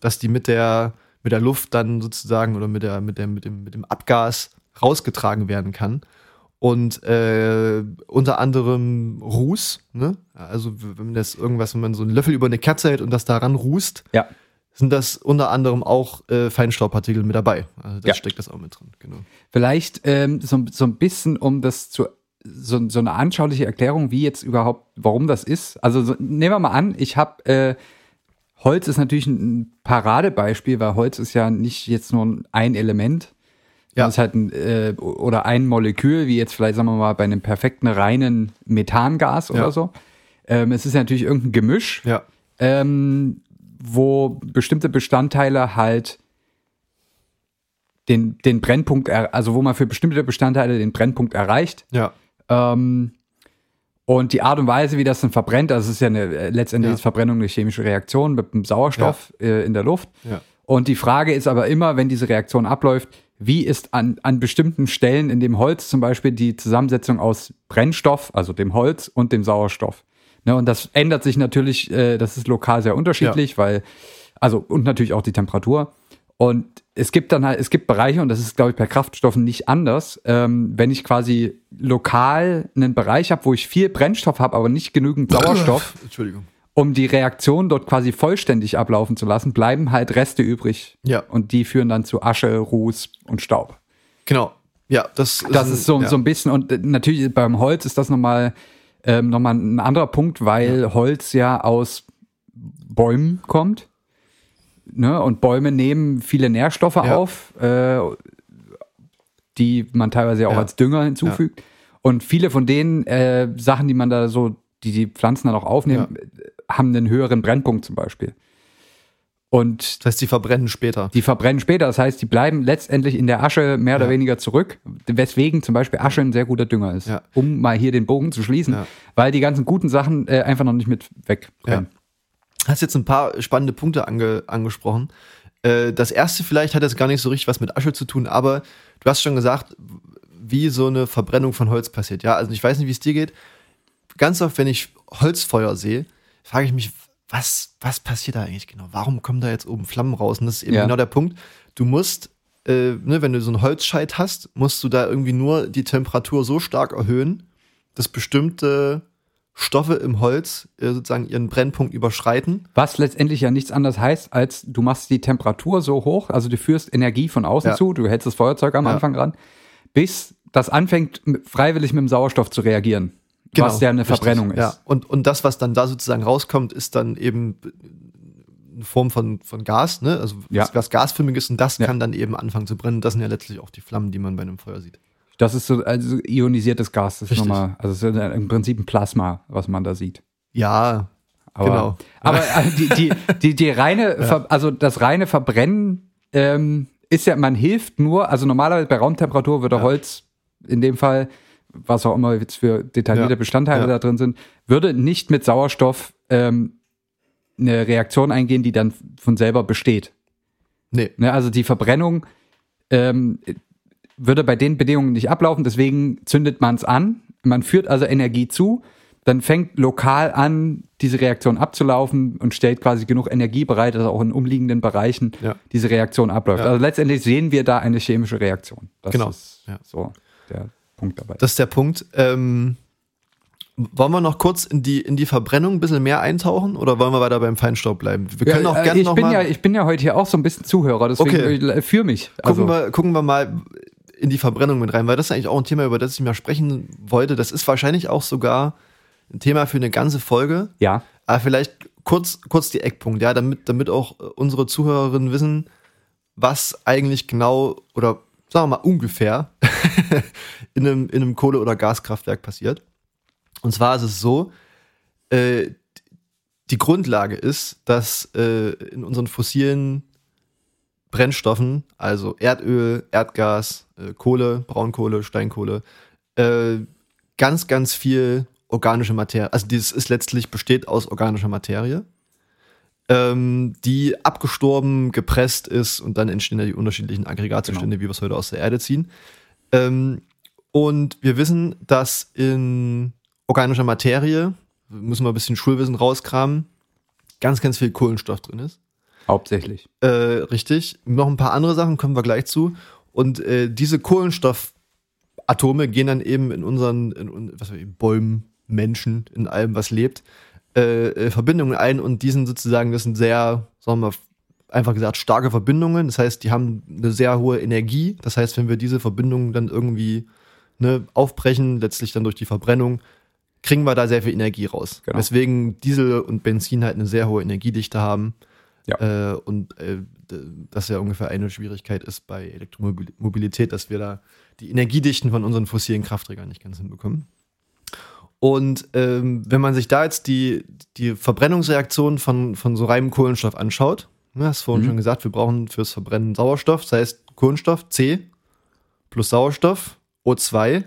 C: dass die mit der, mit der Luft dann sozusagen oder mit, der, mit, der, mit, dem, mit dem Abgas rausgetragen werden kann. Und äh, unter anderem Ruß, ne? also w- wenn das irgendwas, wenn man so einen Löffel über eine Kerze hält und das daran rußt,
B: ja,
C: sind das unter anderem auch äh, Feinstaubpartikel mit dabei. Also das
B: Ja.
C: steckt das auch mit drin. Genau.
B: vielleicht ähm, so, so ein bisschen, um das zu so, so eine anschauliche Erklärung, wie jetzt überhaupt, warum das ist. Also so, nehmen wir mal an, ich habe äh, Holz ist natürlich ein ein Paradebeispiel, weil Holz ist ja nicht jetzt nur ein Element,
C: Ja.
B: Das ist halt ein, äh, oder ein Molekül, wie jetzt vielleicht, sagen wir mal, bei einem perfekten reinen Methangas oder
C: Ja.
B: so. Ähm, es ist natürlich irgendein Gemisch,
C: Ja.
B: ähm, wo bestimmte Bestandteile halt den, den Brennpunkt, er, also wo man für bestimmte Bestandteile den Brennpunkt erreicht.
C: Ja.
B: Ähm, und die Art und Weise, wie das dann verbrennt, also es ist ja eine, äh, letztendlich
C: Ja.
B: ist Verbrennung eine chemische Reaktion mit dem Sauerstoff äh, in der Luft.
C: Ja.
B: Und die Frage ist aber immer, wenn diese Reaktion abläuft, wie ist an, an bestimmten Stellen in dem Holz zum Beispiel die Zusammensetzung aus Brennstoff, also dem Holz und dem Sauerstoff. Ne, und das ändert sich natürlich, äh, das ist lokal sehr unterschiedlich, weil, also und natürlich auch die Temperatur. Und es gibt dann halt, es gibt Bereiche, und das ist, glaube ich, bei Kraftstoffen nicht anders, ähm, wenn ich quasi lokal einen Bereich habe, wo ich viel Brennstoff habe, aber nicht
C: *laughs*
B: genügend Sauerstoff,
C: Entschuldigung.
B: um die Reaktion dort quasi vollständig ablaufen zu lassen, bleiben halt Reste übrig.
C: Ja.
B: Und die führen dann zu Asche, Ruß und Staub.
C: Genau. Ja, das,
B: Das ist so,
C: ja.
B: so ein bisschen, und äh, natürlich beim Holz ist das nochmal ähm, noch mal ein anderer Punkt, weil Holz ja aus Bäumen kommt. Ne? Und Bäume nehmen viele Nährstoffe
C: Ja.
B: auf, äh, die man teilweise auch
C: Ja.
B: als Dünger hinzufügt. Und viele von den äh, Sachen, die man da so, die die Pflanzen dann auch aufnehmen, äh, haben einen höheren Brennpunkt zum Beispiel. Und
C: Das heißt, die verbrennen später.
B: die verbrennen später. Das heißt, die bleiben letztendlich in der Asche mehr oder
C: Ja.
B: weniger zurück, weswegen zum Beispiel Asche ein sehr guter Dünger ist,
C: Ja.
B: um mal hier den Bogen zu schließen,
C: Ja.
B: weil die ganzen guten Sachen äh, einfach noch nicht mit wegbrennen.
C: hast jetzt ein paar spannende Punkte ange, angesprochen. Äh, das erste vielleicht hat jetzt gar nicht so richtig was mit Asche zu tun, aber du hast schon gesagt, wie so eine Verbrennung von Holz passiert. Ja, also ich weiß nicht, wie es dir geht. Ganz oft, wenn ich Holzfeuer sehe, frage ich mich, was, was passiert da eigentlich genau? Warum kommen da jetzt oben Flammen raus? Und das ist eben
B: Ja.
C: genau der Punkt. Du musst, äh, ne, wenn du so einen Holzscheit hast, musst du da irgendwie nur die Temperatur so stark erhöhen, dass bestimmte Stoffe im Holz äh, sozusagen ihren Brennpunkt überschreiten.
B: Was letztendlich ja nichts anderes heißt, als du machst die Temperatur so hoch, also du führst Energie von außen
C: Ja.
B: zu, du hältst das Feuerzeug am
C: Ja.
B: Anfang ran, bis das anfängt m- freiwillig mit dem Sauerstoff zu reagieren, was ja eine
C: Genau. richtig.
B: Verbrennung ist.
C: Ja. Und, und das, was dann da sozusagen rauskommt, ist dann eben eine Form von, von Gas, ne? Also
B: Ja.
C: was, was gasförmig ist und das
B: Ja.
C: kann dann eben anfangen zu brennen. Das sind ja letztlich auch die Flammen, die man bei einem Feuer sieht.
B: Das ist so also ionisiertes Gas, das ist
C: Richtig.
B: nochmal, also es ist ja im Prinzip ein Plasma, was man da sieht.
C: Ja,
B: Aber,
C: Genau.
B: aber äh, die, die, die, die
C: *laughs*
B: reine, Ver, also das reine Verbrennen ähm, ist ja, man hilft nur, also normalerweise bei Raumtemperatur würde Holz in dem Fall, was auch immer jetzt für detaillierte
C: Ja.
B: Bestandteile
C: Ja.
B: da drin sind, würde nicht mit Sauerstoff ähm, eine Reaktion eingehen, die dann von selber besteht.
C: Nee.
B: Ne, also die Verbrennung ähm, würde bei den Bedingungen nicht ablaufen, deswegen zündet man es an. Man führt also Energie zu, dann fängt lokal an, diese Reaktion abzulaufen und stellt quasi genug Energie bereit, dass auch in umliegenden Bereichen
C: Ja.
B: diese Reaktion abläuft.
C: Ja.
B: Also letztendlich sehen wir da eine chemische Reaktion. Das
C: Genau.
B: ist
C: Ja.
B: so der Punkt dabei.
C: Das ist der Punkt. Ähm, wollen wir noch kurz in die, in die Verbrennung ein bisschen mehr eintauchen oder wollen wir weiter beim Feinstaub bleiben? Wir können
B: Ja,
C: auch
B: äh,
C: gerne
B: ich, bin
C: nochmal.
B: ja, ich bin ja heute hier auch so ein bisschen Zuhörer, deswegen okay. für mich. Also,
C: gucken, wir, gucken wir mal in die Verbrennung mit rein, weil das ist eigentlich auch ein Thema, über das ich mal sprechen wollte. Das ist wahrscheinlich auch sogar ein Thema für eine ganze Folge.
B: ja.
C: Aber Ah, vielleicht kurz, kurz die Eckpunkte, ja, damit, damit auch äh, unsere Zuhörerinnen wissen, was eigentlich genau oder sagen wir mal ungefähr *laughs* in einem, in einem Kohle- oder Gaskraftwerk passiert. Und zwar ist es so, äh, die Grundlage ist, dass äh, in unseren fossilen Brennstoffen, also Erdöl, Erdgas, äh, Kohle, Braunkohle, Steinkohle, äh, ganz, ganz viel organische Materie. Also dieses ist letztlich besteht aus organischer Materie, ähm, die abgestorben, gepresst ist und dann entstehen ja die unterschiedlichen Aggregatzustände, wie wir es heute aus der Erde ziehen. Ähm, und wir wissen, dass in organischer Materie, müssen wir ein bisschen Schulwissen rauskramen, ganz, ganz viel Kohlenstoff drin ist.
B: Hauptsächlich.
C: Äh, richtig. Noch ein paar andere Sachen kommen wir gleich zu. Und äh, diese Kohlenstoffatome gehen dann eben in unseren in, un- was weiß ich, Bäumen, Menschen, in allem, was lebt, äh, äh, Verbindungen ein. Und die sind sozusagen, das sind sehr, sagen wir mal, einfach gesagt, starke Verbindungen. Das heißt, die haben eine sehr hohe Energie. Das heißt, wenn wir diese Verbindungen dann irgendwie ne, aufbrechen, letztlich dann durch die Verbrennung, kriegen wir da sehr viel Energie raus.
B: Genau.
C: Weswegen Diesel und Benzin halt eine sehr hohe Energiedichte haben. Äh, und äh, d- das ja ungefähr eine Schwierigkeit ist bei Elektromobilität, dass wir da die Energiedichten von unseren fossilen Kraftträgern nicht ganz hinbekommen. Und ähm, wenn man sich da jetzt die, die Verbrennungsreaktion von, von so reinem Kohlenstoff anschaut, ne, hast vorhin
B: Mhm.
C: schon gesagt, wir brauchen fürs Verbrennen Sauerstoff, das heißt Kohlenstoff C plus Sauerstoff O2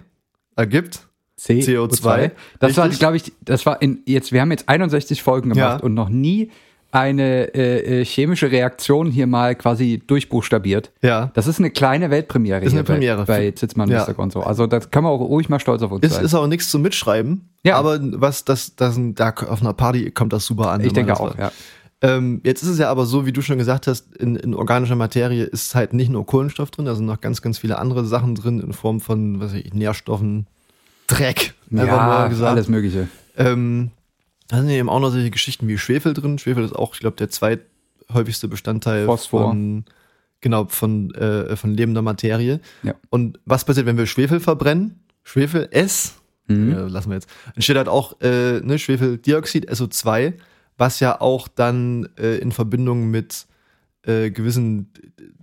C: ergibt
B: C
C: CO2.
B: Das war,
C: Richtig?
B: glaube ich, das war in jetzt, wir haben jetzt 61 Folgen gemacht
C: Ja.
B: und noch nie eine äh, äh, chemische Reaktion hier mal quasi durchbuchstabiert.
C: ja,
B: Das ist eine kleine Weltpremiere
C: Ist eine
B: hier bei-
C: Premiere.
B: bei Zitzmann
C: Ja.
B: ja. und so. Also das kann man auch ruhig mal stolz auf uns
C: Es
B: sein.
C: ist auch nichts zum Mitschreiben,
B: Ja.
C: aber was das, das da auf einer Party kommt das super an.
B: ich
C: wenn man
B: denke
C: das
B: auch, ja.
C: Ähm, jetzt ist es ja aber so, wie du schon gesagt hast, in, in organischer Materie ist halt nicht nur Kohlenstoff drin, da sind noch ganz, ganz viele andere Sachen drin in Form von, was weiß ich, Nährstoffen, Dreck,
B: Ja, alles Mögliche.
C: Ähm, da sind eben auch noch solche Geschichten wie Schwefel drin. Schwefel ist auch, ich glaube, der zweithäufigste Bestandteil
B: Phosphor.
C: von genau von, äh, von lebender Materie.
B: Ja.
C: Und was passiert, wenn wir Schwefel verbrennen? Schwefel S,
B: Mhm.
C: äh, lassen wir jetzt, entsteht halt auch äh, ne, Schwefeldioxid, SO2, was ja auch dann äh, in Verbindung mit äh, gewissen,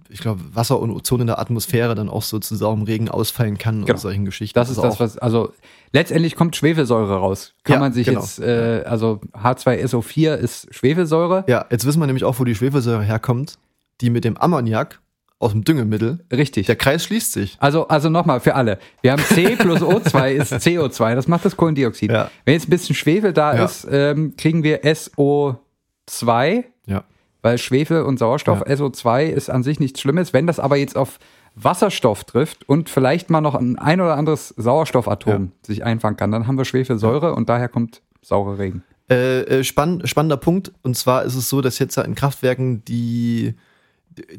C: ich glaube, Wasser und Ozon in der Atmosphäre dann auch so zusammen im Regen ausfallen kann
B: Genau.
C: und solchen Geschichten.
B: Das ist
C: Also
B: das, was, also letztendlich kommt Schwefelsäure raus. Kann
C: Ja,
B: man sich
C: genau.
B: jetzt, äh, also H2SO4 ist Schwefelsäure.
C: Ja, jetzt wissen wir nämlich auch, wo die Schwefelsäure herkommt, die mit dem Ammoniak aus dem Düngemittel.
B: Richtig.
C: Der Kreis schließt sich.
B: Also, also nochmal für alle. Wir haben C plus
C: *laughs*
B: O2 ist CO2, das macht das Kohlendioxid.
C: Ja.
B: Wenn jetzt ein bisschen Schwefel da
C: Ja.
B: ist, ähm, kriegen wir SO2,
C: Ja.
B: weil Schwefel und Sauerstoff, SO2 ist an sich nichts Schlimmes. Wenn das aber jetzt auf Wasserstoff trifft und vielleicht mal noch ein, ein oder anderes Sauerstoffatom sich einfangen kann, dann haben wir Schwefelsäure und daher kommt saure
C: *laughs*
B: Regen.
C: Äh, äh, spann spannender Punkt. Und zwar ist es so, dass jetzt ja in Kraftwerken die,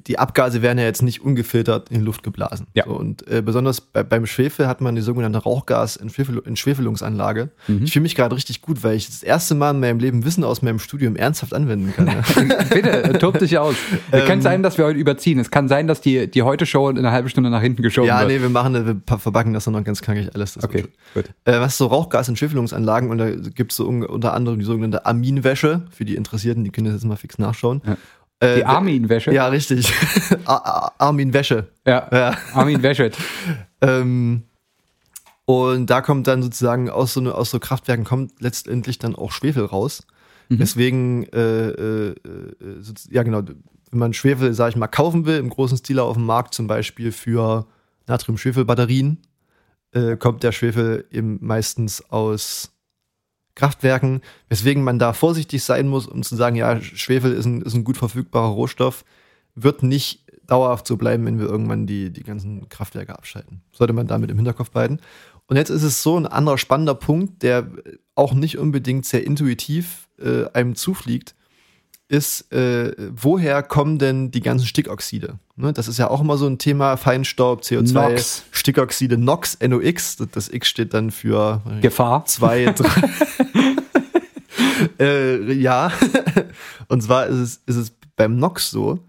C: die Abgase werden ja jetzt nicht ungefiltert in die Luft geblasen.
B: Ja.
C: So, und äh, besonders bei, beim Schwefel hat man die sogenannte Rauchgas-Entschwefelungsanlage.
B: Mhm.
C: Ich fühle mich gerade richtig gut, weil ich das erste Mal in meinem Leben Wissen aus meinem Studium ernsthaft anwenden kann. ne?
B: *laughs*
C: ja.
B: Bitte, äh, tob dich aus. Es
C: Ähm,
B: kann sein, dass wir heute überziehen. Es kann sein, dass die, die Heute-Show in einer halben Stunde nach hinten geschoben
C: ja,
B: wird.
C: nee, wir machen, das, wir pa- verbacken das dann noch ganz knackig alles. Das
B: Oh Okay,
C: wird-
B: gut.
C: Äh, was so Rauchgasentschwefelungsanlagen und da gibt es so un- unter anderem die sogenannte Aminwäsche für die Interessierten, die können das jetzt mal fix nachschauen.
B: Ja.
C: Äh,
B: Die Armin-Wäsche.
C: Ja, richtig. *laughs* A- A- Arminwäsche.
B: ja.
C: Ja.
B: Armin Wäschet.
C: Ähm, und da kommt dann sozusagen aus so, ne, aus so Kraftwerken kommt letztendlich dann auch Schwefel raus.
B: Mhm.
C: Deswegen, äh, äh, äh, sozu- ja genau, wenn man Schwefel, sage ich mal, kaufen will, im großen Stil auf dem Markt zum Beispiel für Natrium-Schwefel-Batterien, äh, kommt der Schwefel eben meistens aus Kraftwerken, weswegen man da vorsichtig sein muss, um zu sagen, ja, Schwefel ist ein, ist ein gut verfügbarer Rohstoff, wird nicht dauerhaft so bleiben, wenn wir irgendwann die, die ganzen Kraftwerke abschalten. Sollte man damit im Hinterkopf behalten. Und jetzt ist es so ein anderer spannender Punkt, der auch nicht unbedingt sehr intuitiv äh, einem zufliegt, ist, äh, woher kommen denn die ganzen Stickoxide? Ne, das ist ja auch immer so ein Thema, Feinstaub, CO2,
B: Nox.
C: Stickoxide, NOx, NOx, das- das X steht dann für äh,
B: Gefahr.
C: zwei, drei. äh, ja, und zwar ist es, ist es beim Nox so,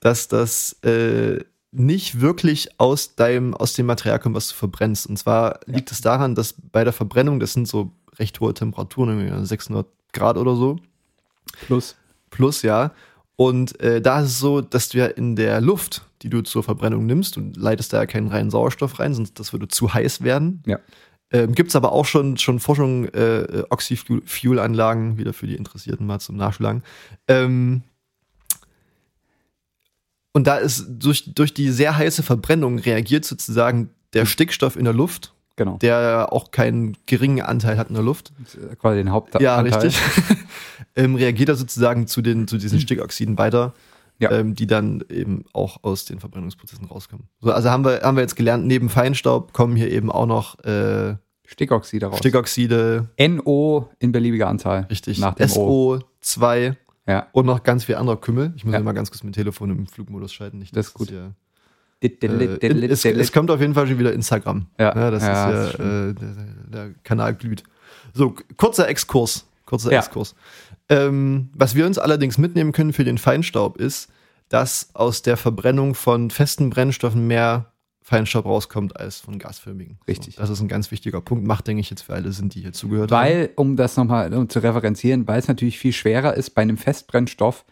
C: dass das äh, nicht wirklich aus deinem, aus dem Material kommt, was du verbrennst. Und zwar liegt es daran, dass bei der Verbrennung, das sind so recht hohe Temperaturen, irgendwie 600 Grad oder so,
B: Plus.
C: plus, ja. Und äh, da ist es so, dass du ja in der Luft, die du zur Verbrennung nimmst, du leitest da ja keinen reinen Sauerstoff rein, sonst das würde zu heiß werden.
B: Ja.
C: Ähm, Gibt es aber auch schon, schon Forschung, äh, äh, Oxy-Fuel-Anlagen, wieder für die Interessierten mal zum Nachschlagen. Ähm, und da ist durch, durch die sehr heiße Verbrennung reagiert sozusagen der Stickstoff in der Luft,
B: Genau. äh,
C: der auch keinen geringen Anteil hat in der Luft.
B: Quasi den Hauptanteil. *laughs*
C: Ja, richtig. ähm, reagiert er sozusagen zu, den, zu diesen Stickoxiden weiter,
B: Mhm. Ja.
C: ähm, die dann eben auch aus den Verbrennungsprozessen rauskommen. So, also haben wir, haben wir jetzt gelernt, neben Feinstaub kommen hier eben auch noch äh,
B: Stickoxide raus.
C: Stickoxide,
B: NO in beliebiger Anzahl.
C: richtig,
B: Nach dem O.
C: SO2
B: Ja.
C: und noch ganz viel anderer Kümmel. Ich muss
B: Ja.
C: ja. mal ganz kurz mein Telefon im Flugmodus schalten. Nicht,
B: Das ist
C: dass
B: gut.
C: Hier,
B: Dit, dit,
C: äh,
B: dit, dit,
C: in,
B: dit,
C: es,
B: dit,
C: es
B: dit.
C: kommt auf jeden Fall schon wieder Instagram.
B: Ja.
C: das
B: Ja, das
C: ist
B: ist
C: ja äh, der, der Kanal glüht. So, k- kurzer Exkurs. Kurzer
B: Ja.
C: Exkurs. Ähm, was wir uns allerdings mitnehmen können für den Feinstaub ist, dass aus der Verbrennung von festen Brennstoffen mehr Feinstaub rauskommt als von gasförmigen.
B: Richtig.
C: So, das ist ein ganz wichtiger Punkt. Macht, denke ich, jetzt für alle Sinn, die hier zugehört haben.
B: Weil, um das nochmal um zu referenzieren, weil es natürlich viel schwerer ist, bei einem Festbrennstoff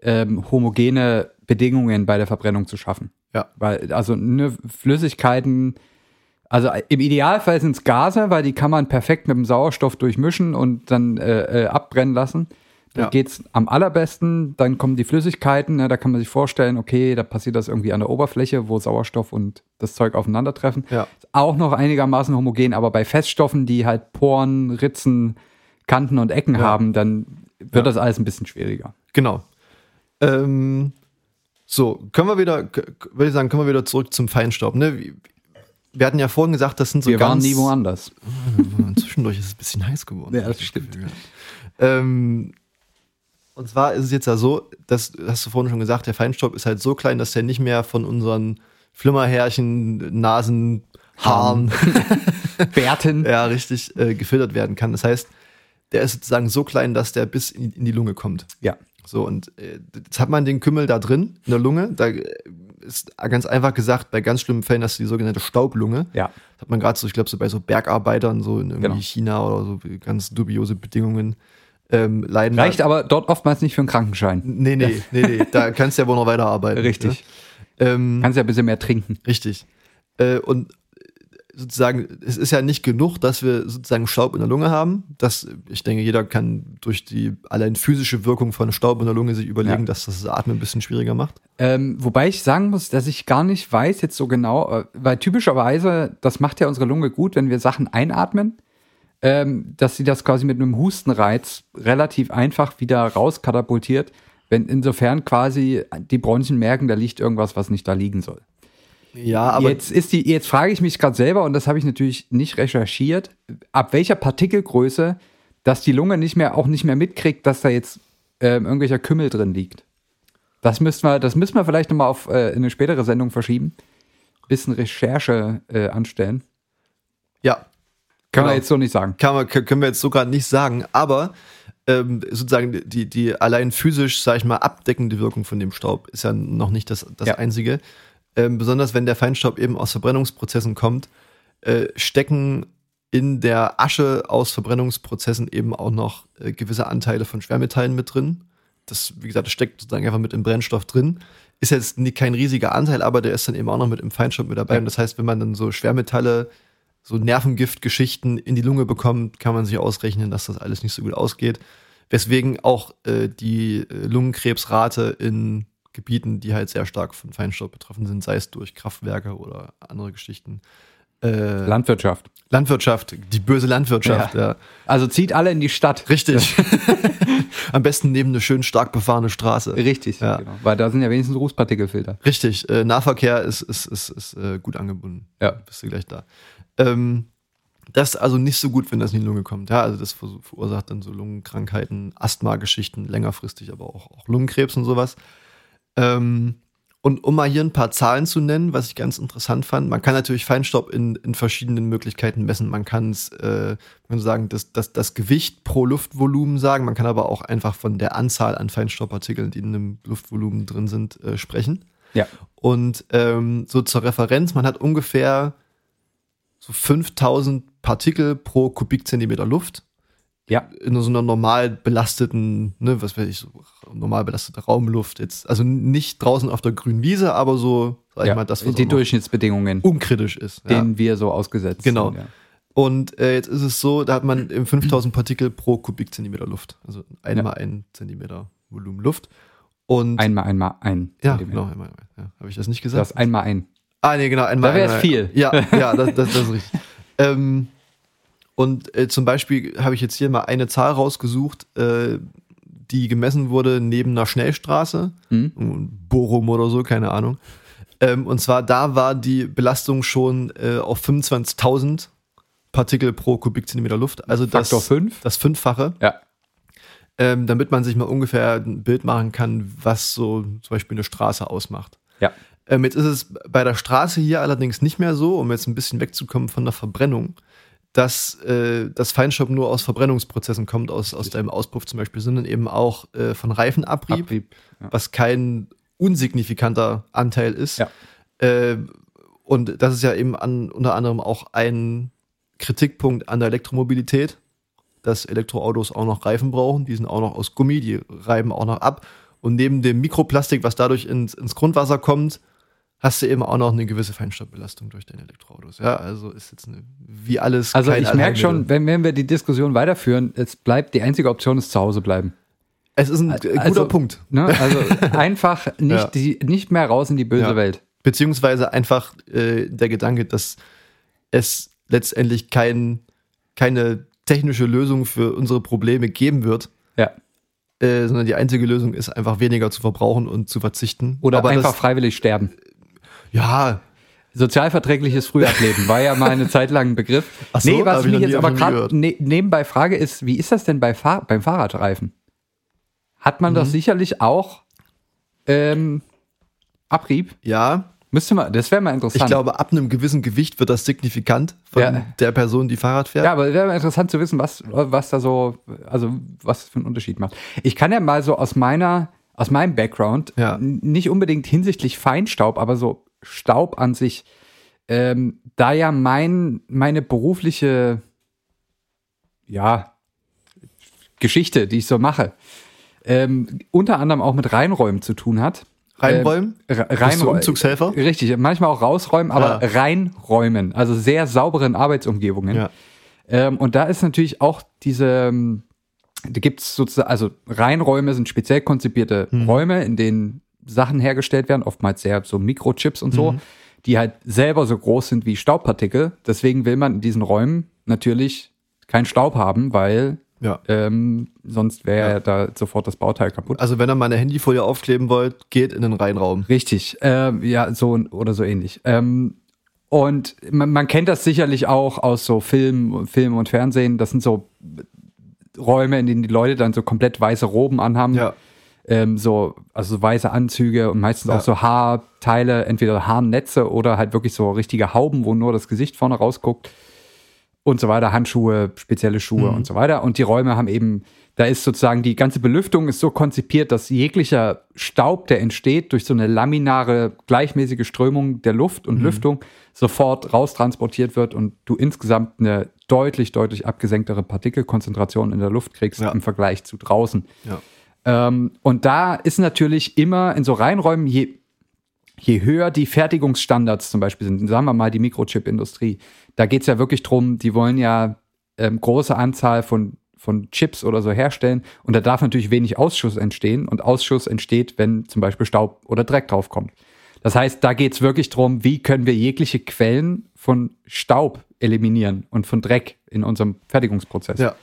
B: ähm, homogene Bedingungen bei der Verbrennung zu schaffen.
C: Ja.
B: Weil, also ne, Flüssigkeiten, also äh, im Idealfall sind es Gase, weil die kann man perfekt mit dem Sauerstoff durchmischen und dann äh, äh, abbrennen lassen. Da
C: Ja.
B: geht's am allerbesten, dann kommen die Flüssigkeiten, ne, da kann man sich vorstellen, okay, da passiert das irgendwie an der Oberfläche, wo Sauerstoff und das Zeug aufeinandertreffen.
C: Ja.
B: Ist auch noch einigermaßen homogen, aber bei Feststoffen, die halt Poren, Ritzen, Kanten und Ecken
C: Ja.
B: haben, dann wird
C: Ja.
B: das alles ein bisschen schwieriger.
C: Genau. Ähm, so, können wir wieder, k- k- würde ich sagen, können wir wieder zurück zum Feinstaub. Ne? Wie- Wir hatten ja vorhin gesagt, das sind so
B: Wir waren
C: ganz
B: nie
C: *laughs*
B: woanders.
C: Und Zwischendurch ist es ein bisschen heiß geworden.
B: Ja, das stimmt.
C: Ähm, und zwar ist es jetzt ja so, dass, hast du vorhin schon gesagt, der Feinstaub ist halt so klein, dass der nicht mehr von unseren Flimmerhärchen, Nasen, Haaren,
B: Bärten.
C: *laughs* ja, richtig äh, gefiltert werden kann. Das heißt, der ist sozusagen so klein, dass der bis in, in die Lunge kommt.
B: Ja.
C: So, und äh, jetzt hat man den Kümmel da drin, in der Lunge. Da äh, ist ganz einfach gesagt, bei ganz schlimmen Fällen hast du die sogenannte Staublunge.
B: Ja.
C: Das hat man gerade so, ich glaube, so bei so Bergarbeitern, so in irgendwie
B: Genau.
C: China oder so ganz dubiose Bedingungen ähm, leiden.
B: Reicht
C: da,
B: aber dort oftmals nicht für einen Krankenschein.
C: Nee, nee, nee, nee. Da kannst du ja wohl noch weiterarbeiten.
B: Richtig.
C: Ne? Ähm,
B: Kannst ja ein bisschen mehr trinken.
C: richtig. Äh, und sozusagen, es ist ja nicht genug, dass wir sozusagen Staub in der Lunge haben. Das, ich denke, jeder kann durch die allein physische Wirkung von Staub in der Lunge sich überlegen,
B: Ja.
C: dass das Atmen ein bisschen schwieriger macht.
B: Ähm, wobei ich sagen muss, dass ich gar nicht weiß jetzt so genau, äh, weil typischerweise, das macht ja unsere Lunge gut, wenn wir Sachen einatmen, ähm, dass sie das quasi mit einem Hustenreiz relativ einfach wieder rauskatapultiert, wenn insofern quasi die Bronchien merken, da liegt irgendwas, was nicht da liegen soll.
C: Ja, aber
B: jetzt ist die, jetzt frage ich mich gerade selber, und das habe ich natürlich nicht recherchiert, ab welcher Partikelgröße, dass die Lunge nicht mehr auch nicht mehr mitkriegt, dass da jetzt ähm, irgendwelcher Kümmel drin liegt. Das müssen wir, das müssen wir vielleicht nochmal auf äh, in eine spätere Sendung verschieben. Bisschen Recherche äh, anstellen.
C: ja,
B: Kann man
C: Genau.
B: jetzt so nicht sagen.
C: kann man, k- können wir jetzt so gerade nicht sagen, aber ähm, sozusagen die, die allein physisch, sag ich mal, abdeckende Wirkung von dem Staub ist ja noch nicht das, das
B: Ja.
C: Einzige. Ähm, besonders wenn der Feinstaub eben aus Verbrennungsprozessen kommt, äh, stecken in der Asche aus Verbrennungsprozessen eben auch noch äh, gewisse Anteile von Schwermetallen mit drin. Das, wie gesagt, das steckt sozusagen einfach mit im Brennstoff drin. Ist jetzt nie, kein riesiger Anteil, aber der ist dann eben auch noch mit im Feinstaub mit dabei.
B: Ja.
C: Und das heißt, wenn man dann so Schwermetalle so Nervengiftgeschichten in die Lunge bekommt, kann man sich ausrechnen, dass das alles nicht so gut ausgeht. Weswegen auch äh, die äh, Lungenkrebsrate in Gebieten, die halt sehr stark von Feinstaub betroffen sind, sei es durch Kraftwerke oder andere Geschichten, äh,
B: Landwirtschaft.
C: Landwirtschaft, die böse Landwirtschaft, ja.
B: Also zieht alle in die Stadt.
C: Richtig. Am besten neben eine schön stark befahrene Straße.
B: Richtig,
C: Ja.
B: genau. Weil da sind ja wenigstens Rußpartikelfilter.
C: Richtig, äh, Nahverkehr ist, ist, ist, ist äh, gut angebunden.
B: Ja.
C: Bist du gleich da. Ähm, das ist also nicht so gut, wenn das in die Lunge kommt. Ja, also das ver- verursacht dann so Lungenkrankheiten, Asthma-Geschichten, längerfristig, aber auch, auch Lungenkrebs und sowas. Ähm, und um mal hier ein paar Zahlen zu nennen, was ich ganz interessant fand, man kann natürlich Feinstaub in, in verschiedenen Möglichkeiten messen. Man kann es, äh, man kann sagen, das, das, das Gewicht pro Luftvolumen sagen, man kann aber auch einfach von der Anzahl an Feinstaubpartikeln, die in einem Luftvolumen drin sind, äh, sprechen.
B: Ja.
C: Und ähm, so zur Referenz, man hat ungefähr so 5000 Partikel pro Kubikzentimeter Luft
B: Ja.
C: in so einer normal belasteten, ne, was weiß ich, so normal belastete Raumluft jetzt. Also nicht draußen auf der grünen Wiese, aber so, sag
B: ja.
C: ich mal, das, was
B: die
C: auch noch
B: Durchschnittsbedingungen,
C: unkritisch ist. ja.
B: denen wir so ausgesetzt
C: Genau.
B: sind. Ja.
C: Und äh, jetzt ist es so, da hat man eben 5000 Partikel pro Kubikzentimeter Luft. Also einmal ein Zentimeter Volumen Luft. Und
B: Einmal, einmal, ein.
C: ja,
B: Zentimeter.
C: genau, einmal, einmal. Ja, habe ich das nicht gesagt?
B: Das einmal ein.
C: Ah, nee, genau. Einmal,
B: Da wär's
C: einmal.
B: viel. *laughs*
C: Ja, ja, das, das, das ist richtig. ähm, und äh, zum Beispiel habe ich jetzt hier mal eine Zahl rausgesucht, äh, die gemessen wurde neben einer Schnellstraße,
B: Mhm.
C: Bochum oder so, keine Ahnung. Ähm, und zwar da war die Belastung schon äh, auf 25.000 Partikel pro Kubikzentimeter Luft, also das,
B: Faktor 5.
C: das Fünffache
B: Ja.
C: ähm, damit man sich mal ungefähr ein Bild machen kann, was so zum Beispiel eine Straße ausmacht.
B: Ja.
C: Ähm, jetzt ist es bei der Straße hier allerdings nicht mehr so, um jetzt ein bisschen wegzukommen von der Verbrennung, dass äh, das Feinstaub nur aus Verbrennungsprozessen kommt, aus, aus deinem Auspuff zum Beispiel, sondern eben auch äh, von Reifenabrieb,
B: Abrieb. Ja.
C: was kein unsignifikanter Anteil ist.
B: Ja.
C: Äh, und das ist ja eben an, unter anderem auch ein Kritikpunkt an der Elektromobilität, dass Elektroautos auch noch Reifen brauchen. Die sind auch noch aus Gummi, die reiben auch noch ab. Und neben dem Mikroplastik, was dadurch ins, ins Grundwasser kommt, hast du eben auch noch eine gewisse Feinstaubbelastung durch deine Elektroautos. Ja, also ist jetzt eine, wie alles.
B: Also
C: kein
B: ich merke schon,
C: Allheilmittel.
B: wenn, wenn wir die Diskussion weiterführen, es bleibt die einzige Option ist zu Hause bleiben.
C: es ist ein äh, guter
B: also-
C: Punkt.
B: Ne?
C: *laughs*
B: Also einfach nicht,
C: Ja.
B: die, nicht mehr raus in die böse
C: Ja.
B: Welt.
C: beziehungsweise einfach äh, der Gedanke, dass es letztendlich kein, keine technische Lösung für unsere Probleme geben wird,
B: Ja.
C: äh, sondern die einzige Lösung ist einfach weniger zu verbrauchen und zu verzichten.
B: Oder
C: Aber
B: einfach
C: Das,
B: freiwillig sterben.
C: ja,
B: Sozialverträgliches Frühableben war ja mal eine Zeit lang ein Begriff.
C: Ach so,
B: nee,
C: hab
B: was
C: ich
B: mich
C: noch nie-
B: jetzt
C: hab
B: aber
C: ich noch nie gehört.
B: gerade ne nebenbei frage ist, wie ist das denn bei Fahr beim Fahrradreifen? Hat man doch
C: Mhm.
B: sicherlich auch ähm, Abrieb?
C: ja.
B: Müsste man, das wäre mal interessant.
C: Ich glaube, ab einem gewissen Gewicht wird das signifikant von
B: Ja.
C: der Person, die Fahrrad fährt.
B: Ja, aber wäre mal interessant zu wissen, was, was da so, also was für einen Unterschied macht. Ich kann ja mal so aus meiner, aus meinem Background,
C: Ja.
B: n- nicht unbedingt hinsichtlich Feinstaub, aber so Staub an sich, ähm, da ja mein, meine berufliche, ja, Geschichte, die ich so mache, ähm, unter anderem auch mit Reinräumen zu tun hat.
C: Reinräumen?
B: Ähm, Re-
C: Bist du
B: Reinräumen.
C: Umzugshelfer?
B: Richtig, manchmal auch rausräumen, aber
C: Ja.
B: reinräumen, also sehr sauberen Arbeitsumgebungen.
C: Ja.
B: Ähm, und da ist natürlich auch diese, ähm, da gibt's sozusagen, also Reinräume sind speziell konzipierte
C: Mhm.
B: Räume, in denen Sachen hergestellt werden, oftmals sehr so Mikrochips und
C: Mhm.
B: so, die halt selber so groß sind wie Staubpartikel. Deswegen will man in diesen Räumen natürlich keinen Staub haben, weil
C: Ja.
B: ähm, sonst wäre ja. da sofort das Bauteil kaputt.
C: Also wenn ihr mal eine Handyfolie aufkleben wollt, geht in den Reinraum.
B: Richtig, ähm, ja, so oder so ähnlich. Ähm, und man, man kennt das sicherlich auch aus so Film, Film und Fernsehen. Das sind so Räume, in denen die Leute dann so komplett weiße Roben anhaben.
C: Ja.
B: Ähm, so, also so weiße Anzüge und meistens
C: Ja.
B: auch so Haarteile, entweder Haarnetze oder halt wirklich so richtige Hauben, wo nur das Gesicht vorne rausguckt und so weiter, Handschuhe, spezielle Schuhe und so weiter. Und die Räume haben eben, da ist sozusagen die ganze Belüftung ist so konzipiert, dass jeglicher Staub, der entsteht, durch so eine laminare, gleichmäßige Strömung der Luft und Lüftung sofort raustransportiert wird und du insgesamt eine deutlich, deutlich abgesenktere Partikelkonzentration in der Luft kriegst
C: Ja.
B: im Vergleich zu draußen.
C: Ja.
B: Ähm, und da ist natürlich immer in so Reinräumen, je, je höher die Fertigungsstandards zum Beispiel sind, sagen wir mal die Mikrochip-Industrie, da geht es ja wirklich drum, die wollen ja ähm, große Anzahl von, von Chips oder so herstellen und da darf natürlich wenig Ausschuss entstehen und Ausschuss entsteht, wenn zum Beispiel Staub oder Dreck draufkommt. Das heißt, da geht's wirklich drum, wie können wir jegliche Quellen von Staub eliminieren und von Dreck in unserem Fertigungsprozess.
C: Ja.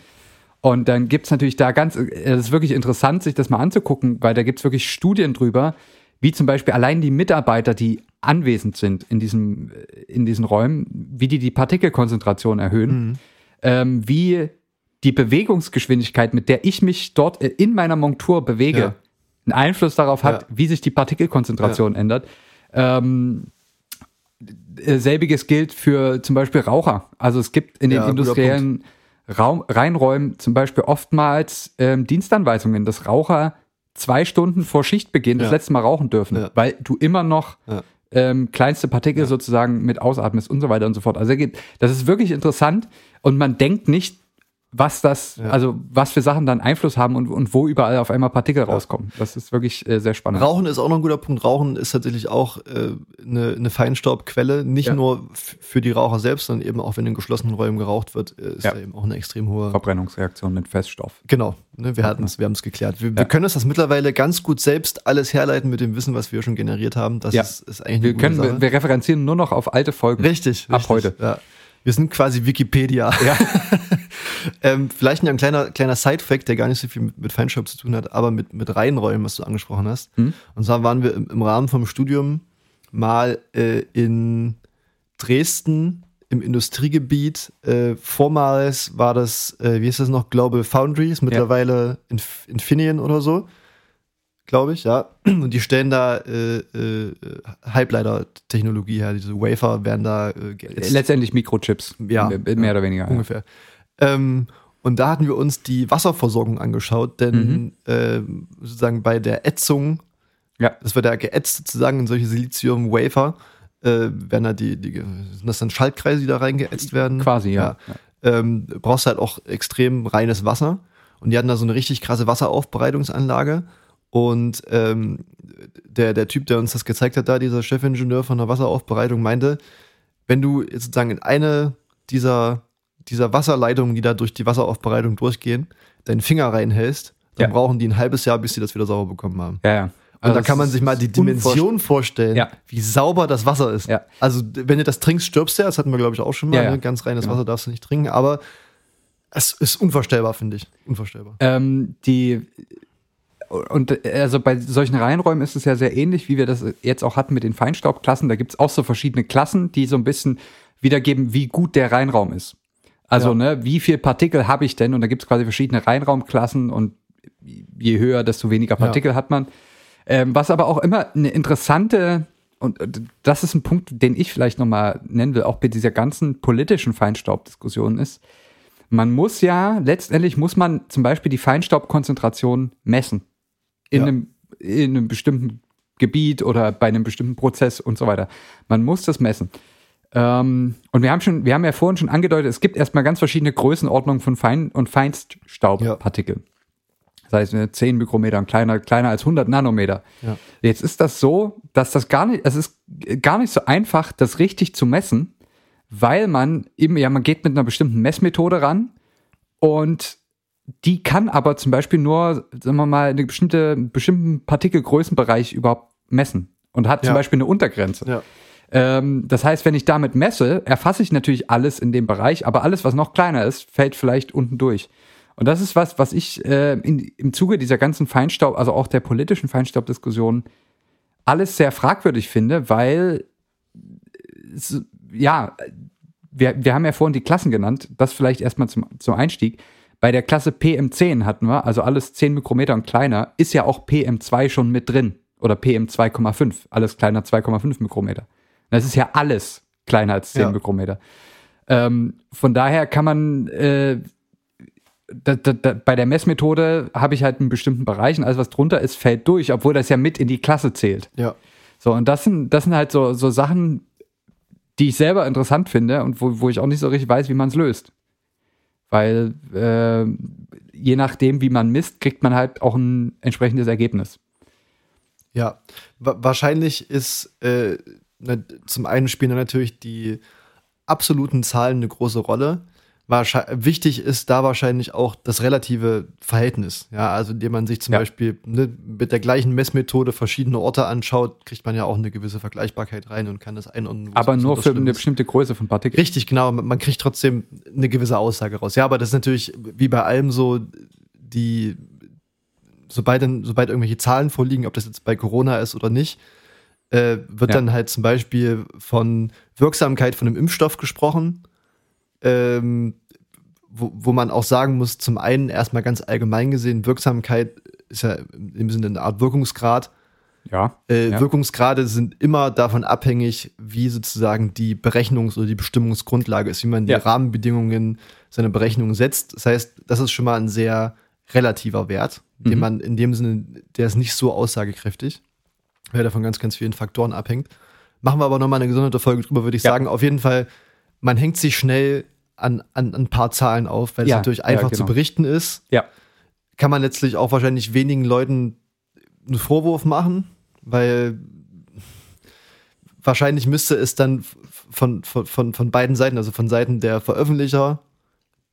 B: Und dann gibt's natürlich da ganz, äh, es ist wirklich interessant, sich das mal anzugucken, weil da gibt's wirklich Studien drüber, wie zum Beispiel allein die Mitarbeiter, die anwesend sind in, diesem, äh, in diesen Räumen, wie die die Partikelkonzentration
C: Mhm.
B: erhöhen, ähm, wie die Bewegungsgeschwindigkeit, mit der ich mich dort äh, in meiner Montur bewege,
C: Ja.
B: einen Einfluss darauf hat,
C: Ja.
B: wie sich die Partikelkonzentration ändert. Ähm, äh, selbiges gilt für zum Beispiel Raucher. Also es gibt in den
C: Ja, guter
B: industriellen Raum, Reinräumen zum Beispiel oftmals ähm, Dienstanweisungen, dass Raucher zwei Stunden vor Schichtbeginn das
C: Ja.
B: letzte Mal rauchen dürfen,
C: Ja.
B: weil du immer noch
C: Ja.
B: ähm, kleinste Partikel sozusagen mit ausatmest und so weiter und so fort. Also da geht- das ist wirklich interessant und man denkt nicht, was das, also was für Sachen dann Einfluss haben und, und wo überall auf einmal Partikel rauskommen. Das ist wirklich äh, sehr spannend.
C: Rauchen ist auch noch ein guter Punkt. Rauchen ist tatsächlich auch äh, eine, eine Feinstaubquelle, nicht
B: Ja.
C: nur f- für die Raucher selbst, sondern eben auch, wenn in geschlossenen Räumen geraucht wird, äh, ist
B: Ja.
C: da eben auch eine extrem hohe.
B: Verbrennungsreaktion mit Feststoff.
C: Genau, ne, wir hatten es, wir haben es geklärt. Wir, wir können uns das mittlerweile ganz gut selbst alles herleiten mit dem Wissen, was wir schon generiert haben. Das
B: Ja.
C: ist, ist eigentlich eine
B: Wir,
C: gute
B: können,
C: Sache.
B: wir, wir referenzieren nur noch auf alte Folgen.
C: Richtig.
B: Ab
C: richtig,
B: heute.
C: Ja. Wir sind quasi Wikipedia.
B: *laughs* Ja.
C: *laughs* ähm, vielleicht noch ein kleiner, kleiner Side-Fact, der gar nicht so viel mit, mit Feinstaub zu tun hat, aber mit, mit Reihenräumen, was du angesprochen hast.
B: Hm.
C: Und zwar waren wir im, im Rahmen vom Studium mal äh, in Dresden im Industriegebiet. Äh, vormals war das, äh, wie ist das noch, Global Foundries, mittlerweile Inf Infineon oder so glaube ich, ja. *clears throat* Und die stellen da äh, äh, Halbleiter-Technologie her. Diese Wafer werden da äh, geätzt,
B: Letztendlich Mikrochips.
C: Ja.
B: Mehr mehr oder weniger. ja.
C: ungefähr. Ähm, und da hatten wir uns die Wasserversorgung angeschaut, denn ähm, sozusagen bei der Ätzung,
B: Mhm. Ja.
C: das wird ja geätzt sozusagen in solche Silizium-Wafer, äh, werden da die, die, sind das dann Schaltkreise, die da reingeätzt werden?
B: Quasi, ja.
C: ähm, brauchst halt auch extrem reines Wasser. Und die hatten da so eine richtig krasse Wasseraufbereitungsanlage. Und ähm, der, der Typ, der uns das gezeigt hat, da, dieser Chefingenieur von der Wasseraufbereitung, meinte, wenn du jetzt sozusagen in eine dieser, dieser Wasserleitungen, die da durch die Wasseraufbereitung durchgehen, deinen Finger reinhältst, dann
B: Ja.
C: brauchen die ein halbes Jahr, bis sie das wieder sauber bekommen haben.
B: Ja, ja.
C: Und
B: Also
C: da
B: das
C: kann man
B: ist-
C: sich mal die
B: ist unvorstellbar.
C: Dimension vorstellen,
B: Ja.
C: wie sauber das Wasser ist.
B: Ja.
C: Also, d- wenn du das trinkst, stirbst du ja. Das hatten wir, glaube ich, auch schon mal.
B: Ja, ja.
C: Ne? Ganz reines
B: Genau.
C: Wasser darfst du nicht trinken. Aber es ist unvorstellbar, finde ich. Unvorstellbar.
B: Ähm, die und äh, also bei solchen Reihenräumen ist es ja sehr ähnlich, wie wir das jetzt auch hatten mit den Feinstaubklassen. Da gibt es auch so verschiedene Klassen, die so ein bisschen wiedergeben, wie gut der Reinraum ist. Also,
C: Ja.
B: ne, wie viel Partikel habe ich denn? Und da gibt es quasi verschiedene Reinraumklassen und je höher, desto weniger Partikel hat man. Ähm, was aber auch immer eine interessante, und äh, das ist ein Punkt, den ich vielleicht nochmal nennen will, auch bei dieser ganzen politischen Feinstaubdiskussion ist, man muss ja, letztendlich muss man zum Beispiel die Feinstaubkonzentration messen. In,
C: Ja.
B: einem, in einem bestimmten Gebiet oder bei einem bestimmten Prozess und so weiter. Man muss das messen. Ähm, und wir haben schon, wir haben ja vorhin schon angedeutet, es gibt erstmal ganz verschiedene Größenordnungen von Fein- und Feinststaubpartikeln. Das heißt, äh, 10 Mikrometer und kleiner, kleiner als 100 Nanometer.
C: Ja.
B: Jetzt ist das so, dass das gar nicht, es ist gar nicht so einfach, das richtig zu messen, weil man eben, ja, man geht mit einer bestimmten Messmethode ran und die kann aber zum Beispiel nur, sagen wir mal, eine bestimmte, einen bestimmten Partikelgrößenbereich überhaupt messen und hat zum
C: Ja.
B: Beispiel eine Untergrenze.
C: Ja.
B: Ähm, das heißt, wenn ich damit messe, erfasse ich natürlich alles in dem Bereich, aber alles, was noch kleiner ist, fällt vielleicht unten durch. Und das ist was, was ich äh, in, im Zuge dieser ganzen Feinstaub, also auch der politischen Feinstaubdiskussion, alles sehr fragwürdig finde, weil es, ja, wir, wir haben ja vorhin die Klassen genannt, das vielleicht erstmal zum, zum Einstieg. Bei der Klasse PM10 hatten wir, also alles 10 Mikrometer und kleiner, ist ja auch PM2 schon mit drin. Oder PM2,5, alles kleiner 2,5 Mikrometer. Das ist ja alles kleiner als 10
C: Ja.
B: Mikrometer. Ähm, von daher kann man, äh, da, da, da, bei der Messmethode habe ich halt einen bestimmten Bereich und alles, was drunter ist, fällt durch, obwohl das ja mit in die Klasse zählt.
C: Ja.
B: So, und das sind, das sind halt so, so Sachen, die ich selber interessant finde und wo, wo ich auch nicht so richtig weiß, wie man es löst. Weil äh, je nachdem, wie man misst, kriegt man halt auch ein entsprechendes Ergebnis.
C: Ja, wa wahrscheinlich ist äh, ne, zum einen spielen da natürlich die absoluten Zahlen eine große Rolle. Wahrscheinlich- Wichtig ist da wahrscheinlich auch das relative Verhältnis. Ja, also indem man sich zum
B: Ja.
C: Beispiel ne, mit der gleichen Messmethode verschiedene Orte anschaut, kriegt man ja auch eine gewisse Vergleichbarkeit rein und kann das einordnen. wo es
B: Aber nur
C: besonders
B: für
C: schlimm
B: eine
C: ist.
B: bestimmte Größe von Partikeln.
C: Richtig, genau. Man man kriegt trotzdem eine gewisse Aussage raus. Ja, aber das ist natürlich wie bei allem so, die, sobald, dann, sobald irgendwelche Zahlen vorliegen, ob das jetzt bei Corona ist oder nicht, äh, wird
B: Ja.
C: dann halt zum Beispiel von Wirksamkeit von einem Impfstoff gesprochen, ähm, wo, wo man auch sagen muss, zum einen erstmal ganz allgemein gesehen, Wirksamkeit ist ja im Sinne eine Art Wirkungsgrad.
B: Ja.
C: Äh,
B: ja.
C: Wirkungsgrade sind immer davon abhängig, wie sozusagen die Berechnungs- oder die Bestimmungsgrundlage ist, wie man die
B: Ja.
C: Rahmenbedingungen seiner Berechnung setzt. Das heißt, das ist schon mal ein sehr relativer Wert, den
B: Mhm.
C: man in dem Sinne, der ist nicht so aussagekräftig, weil er davon ganz, ganz vielen Faktoren abhängt. Machen wir aber nochmal eine gesonderte Folge drüber, würde ich
B: Ja.
C: sagen. Auf jeden Fall, man hängt sich schnell an, an, an ein paar Zahlen auf, weil
B: Ja,
C: es natürlich
B: ja,
C: einfach zu
B: genau.
C: berichten ist
B: Ja.
C: kann man letztlich auch wahrscheinlich wenigen Leuten einen Vorwurf machen, weil wahrscheinlich müsste es dann von, von, von, von beiden Seiten, also von Seiten der Veröffentlicher,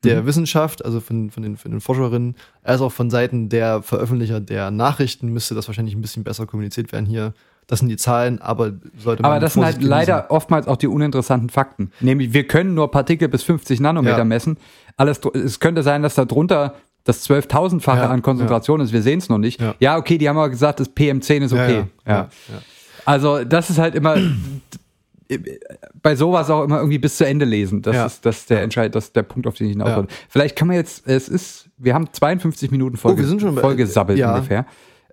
C: der
B: Mhm.
C: Wissenschaft, also von, von, den, von den Forscherinnen, als auch von Seiten der Veröffentlicher der Nachrichten, müsste das wahrscheinlich ein bisschen besser kommuniziert werden hier. Das sind die Zahlen, aber sollte man.
B: Aber das sind halt
C: vorsichtig
B: leider oftmals auch die uninteressanten Fakten. Nämlich, wir können nur Partikel bis 50 Nanometer
C: Ja.
B: messen. Alles, dr- es könnte sein, dass da drunter das 12.000-fache
C: Ja,
B: an Konzentration ist. Wir sehen es noch nicht. Ja.
C: Ja.
B: okay, die haben aber gesagt, das PM10 ist
C: wissen.
B: okay.
C: Ja, ja, ja. ja.
B: Also, das ist halt immer bei sowas auch immer irgendwie bis zu Ende lesen. Das
C: Ja.
B: ist das ist der Entscheid, das ist der Punkt, auf den ich hinaus
C: Ja.
B: wollte. Vielleicht kann man jetzt, es ist, wir haben 52 Minuten Folge,
C: Oh, wir sind schon bei-
B: vollgesabbelt
C: ja.
B: ungefähr.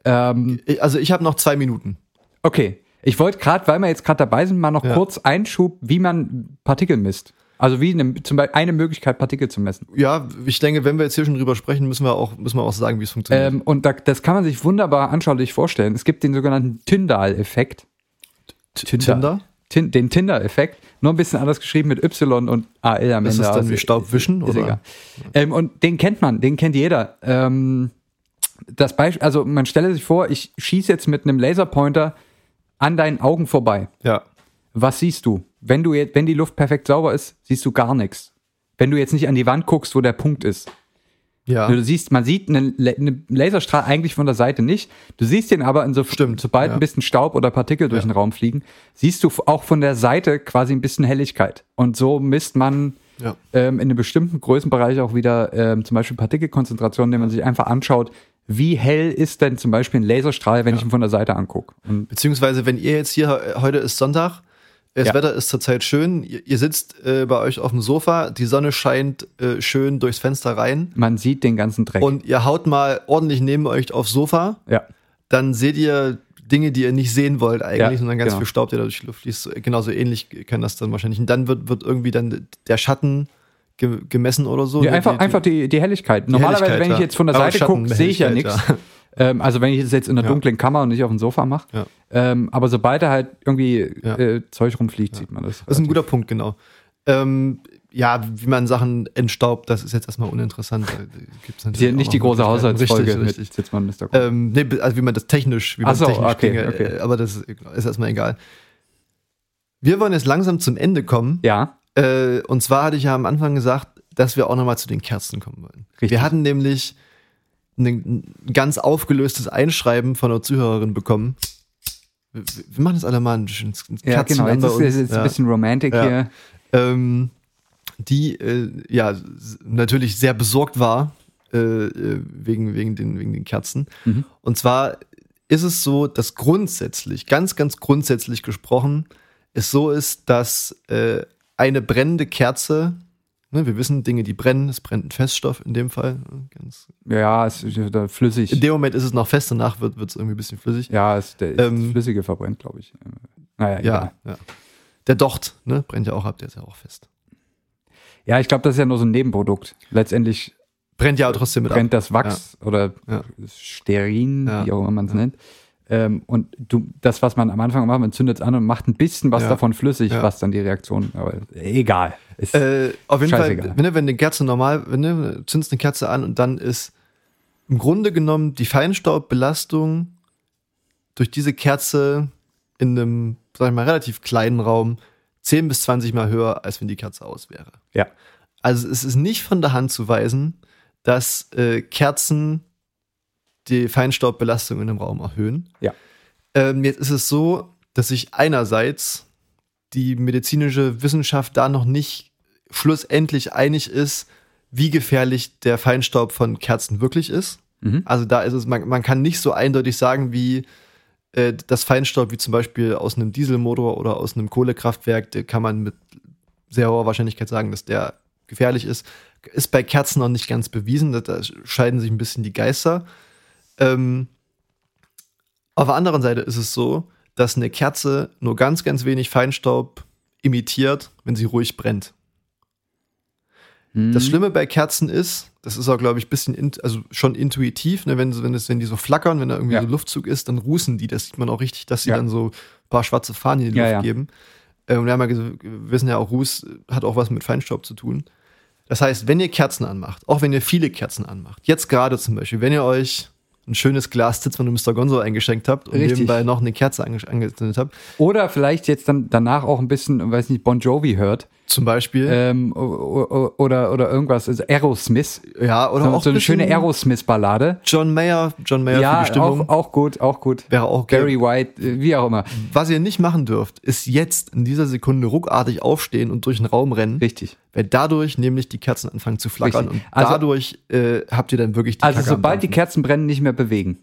B: Ähm,
C: Ich- Also ich habe noch zwei Minuten.
B: Okay. Ich wollte gerade, weil wir jetzt gerade dabei sind, mal noch
C: Ja.
B: kurz Einschub, wie man Partikel misst. Also wie eine, zum Beispiel eine Möglichkeit, Partikel zu messen.
C: Ja, ich denke, wenn wir jetzt hier schon drüber sprechen, müssen wir auch, müssen wir auch sagen, wie es funktioniert.
B: Ähm, und da, das kann man sich wunderbar anschaulich vorstellen. Es gibt den sogenannten Tyndall-Effekt.
C: Tinder?
B: Tin, den Tinder-Effekt. Nur ein bisschen anders geschrieben mit Y und AL am
C: Das
B: Ende.
C: ist dann
B: Also
C: wie Staubwischen,
B: Ist
C: oder?
B: egal. Ähm, und den kennt man, den kennt jeder. Ähm, das Beispiel, also man stelle sich vor, ich schieße jetzt mit einem Laserpointer an deinen Augen vorbei.
C: Ja.
B: was siehst du? Wenn du jetzt, wenn die Luft perfekt sauber ist, siehst du gar nichts. Wenn du jetzt nicht an die Wand guckst, wo der Punkt ist.
C: Ja.
B: Du siehst, man sieht einen, La- einen Laserstrahl eigentlich von der Seite nicht. Du siehst ihn aber in so,
C: Stimmt,
B: sobald
C: ja.
B: ein bisschen Staub oder Partikel durch
C: Ja.
B: den Raum fliegen, siehst du f- auch von der Seite quasi ein bisschen Helligkeit. Und so misst man
C: ja.
B: ähm, in einem bestimmten Größenbereich auch wieder ähm, zum Beispiel Partikelkonzentrationen, indem man sich einfach anschaut, wie hell ist denn zum Beispiel ein Laserstrahl, wenn ich ihn von der Seite angucke. Und
C: Beziehungsweise, wenn ihr jetzt hier, heute ist Sonntag, das
B: Ja.
C: Wetter ist zurzeit schön, ihr, ihr sitzt äh, bei euch auf dem Sofa, die Sonne scheint äh, schön durchs Fenster rein
B: man sieht den ganzen Dreck.
C: und ihr haut mal ordentlich neben euch aufs Sofa,
B: ja.
C: dann seht ihr Dinge, die ihr nicht sehen wollt eigentlich,
B: Ja,
C: sondern ganz
B: genau.
C: viel Staub, der da durch die Luft fließt. So- Genauso ähnlich kann das dann wahrscheinlich. Und dann wird, wird irgendwie dann der Schatten ge gemessen oder so.
B: Ja,
C: Die-
B: einfach,
C: die-
B: einfach die, die Helligkeit. Normalerweise,
C: Helligkeit,
B: wenn ich
C: ja.
B: jetzt von der
C: Aber
B: Seite
C: Schatten-
B: gucke, sehe ich ja nichts.
C: Helligkeit,
B: *laughs* Ähm, also wenn ich das jetzt in einer
C: Ja.
B: dunklen Kammer und nicht auf dem Sofa mache.
C: Ja.
B: Ähm, aber sobald da halt irgendwie
C: Ja.
B: äh, Zeug rumfliegt, sieht man das.
C: Das ist ein guter Punkt, genau. Ähm, ja, wie man Sachen entstaubt, das ist jetzt erstmal uninteressant. Da Gibt's natürlich
B: Hier
C: auch
B: nicht die
C: noch
B: große
C: Möglichkeiten.
B: Haushaltsfolge
C: Richtig,
B: mit
C: richtig.
B: sitzt man Mr. Cool.
C: Ähm, nee, also wie man das technisch, wie
B: Ach
C: man
B: so,
C: technisch
B: okay,
C: Dinge,
B: okay.
C: äh, aber das ist, ist erstmal egal. Wir wollen jetzt langsam zum Ende kommen.
B: ja,
C: Äh, und zwar hatte ich ja am Anfang gesagt, dass wir auch nochmal zu den Kerzen kommen wollen.
B: Richtig.
C: Wir hatten nämlich ein, ein ganz aufgelöstes Einschreiben von einer Zuhörerin bekommen. Wir, wir machen das alle mal ein, ein
B: ja genau. Jetzt ist es jetzt ein bisschen Romantic
C: Ja.
B: hier.
C: ähm, die äh, ja s- natürlich sehr besorgt war äh, äh, wegen, wegen, den, wegen den Kerzen.
B: Mhm.
C: Und zwar ist es so, dass grundsätzlich, ganz, ganz grundsätzlich gesprochen, es so ist, dass äh, eine brennende Kerze, ne, wir wissen Dinge, die brennen, es brennt ein Feststoff in dem Fall. ne, Ganz,
B: Ja, es ist wieder flüssig.
C: in dem Moment ist es noch fest, danach wird es irgendwie ein bisschen flüssig.
B: ja, es der, das
C: Ähm,
B: Flüssige verbrennt, glaube ich. Ähm, Naja,
C: Ja,
B: egal.
C: ja. Der Docht ne, brennt ja auch ab, der ist ja auch fest.
B: ja, ich glaube, das ist ja nur so ein Nebenprodukt. Letztendlich
C: Brennt ja auch trotzdem mit ab.
B: Äh, brennt das Wachs oder
C: Ja.
B: Sterin,
C: Ja.
B: wie auch immer man es nennt. Ähm, und du, das, was man am Anfang macht, man zündet es an und macht ein bisschen was
C: Ja.
B: davon flüssig,
C: Ja.
B: was dann die Reaktion, aber egal. Ist,
C: Äh, auf jeden
B: Scheißegal.
C: Fall, wenn, du- wenn eine Kerze normal, wenn du zündest eine Kerze an und dann ist im Grunde genommen die Feinstaubbelastung durch diese Kerze in einem, sag ich mal, relativ kleinen Raum 10 bis 20 Mal höher, als wenn die Kerze aus wäre.
B: ja.
C: Also es ist nicht von der Hand zu weisen, dass äh, Kerzen die Feinstaubbelastung in einem Raum erhöhen.
B: Ja.
C: Ähm, jetzt ist es so, dass sich einerseits die medizinische Wissenschaft da noch nicht schlussendlich einig ist, wie gefährlich der Feinstaub von Kerzen wirklich ist.
B: Mhm.
C: Also da ist es, man, man kann nicht so eindeutig sagen, wie äh, das Feinstaub, wie zum Beispiel aus einem Dieselmotor oder aus einem Kohlekraftwerk, der kann man mit sehr hoher Wahrscheinlichkeit sagen, dass der gefährlich ist. Ist bei Kerzen noch nicht ganz bewiesen, da, da scheiden sich ein bisschen die Geister. Ähm, auf der anderen Seite ist es so, dass eine Kerze nur ganz, ganz wenig Feinstaub imitiert, wenn sie ruhig brennt.
B: Hm.
C: Das Schlimme bei Kerzen ist, das ist auch, glaube ich, bisschen in, also schon intuitiv, ne, wenn, wenn, es, wenn die so flackern, wenn da irgendwie
B: Ja.
C: so Luftzug ist, dann rußen die. Das sieht man auch richtig, dass sie
B: Ja.
C: dann so ein paar schwarze Fahnen in die
B: Ja,
C: Luft
B: ja.
C: geben. Äh, Und wir, haben ja, ges- wir wissen ja auch, Ruß hat auch was mit Feinstaub zu tun. Das heißt, wenn ihr Kerzen anmacht, auch wenn ihr viele Kerzen anmacht, jetzt gerade zum Beispiel, wenn ihr euch ein schönes Glas Zitzmann und Mr. Gonzo eingeschenkt habt und
B: Richtig.
C: nebenbei noch eine Kerze ange angezündet habt,
B: Oder vielleicht jetzt dann danach auch ein bisschen, weiß nicht, Bon Jovi hört.
C: zum Beispiel,
B: Ähm, o- o- oder, oder irgendwas, also Aerosmith.
C: ja, oder
B: So,
C: auch
B: so eine schöne
C: bisschen
B: Aerosmith-Ballade.
C: John Mayer, John Mayer für
B: Ja,
C: die Stimmung.
B: auch, auch gut, auch gut.
C: Wäre auch okay.
B: Barry White, äh, wie auch immer.
C: Was ihr nicht machen dürft, ist jetzt in dieser Sekunde ruckartig aufstehen und durch den Raum rennen,
B: Richtig.
C: weil dadurch nämlich die Kerzen anfangen zu flackern
B: Richtig.
C: und
B: Also-
C: dadurch äh, habt ihr dann wirklich die
B: Also
C: Kacke am
B: sobald die
C: Dampfen.
B: Kerzen brennen, nicht mehr bewegen.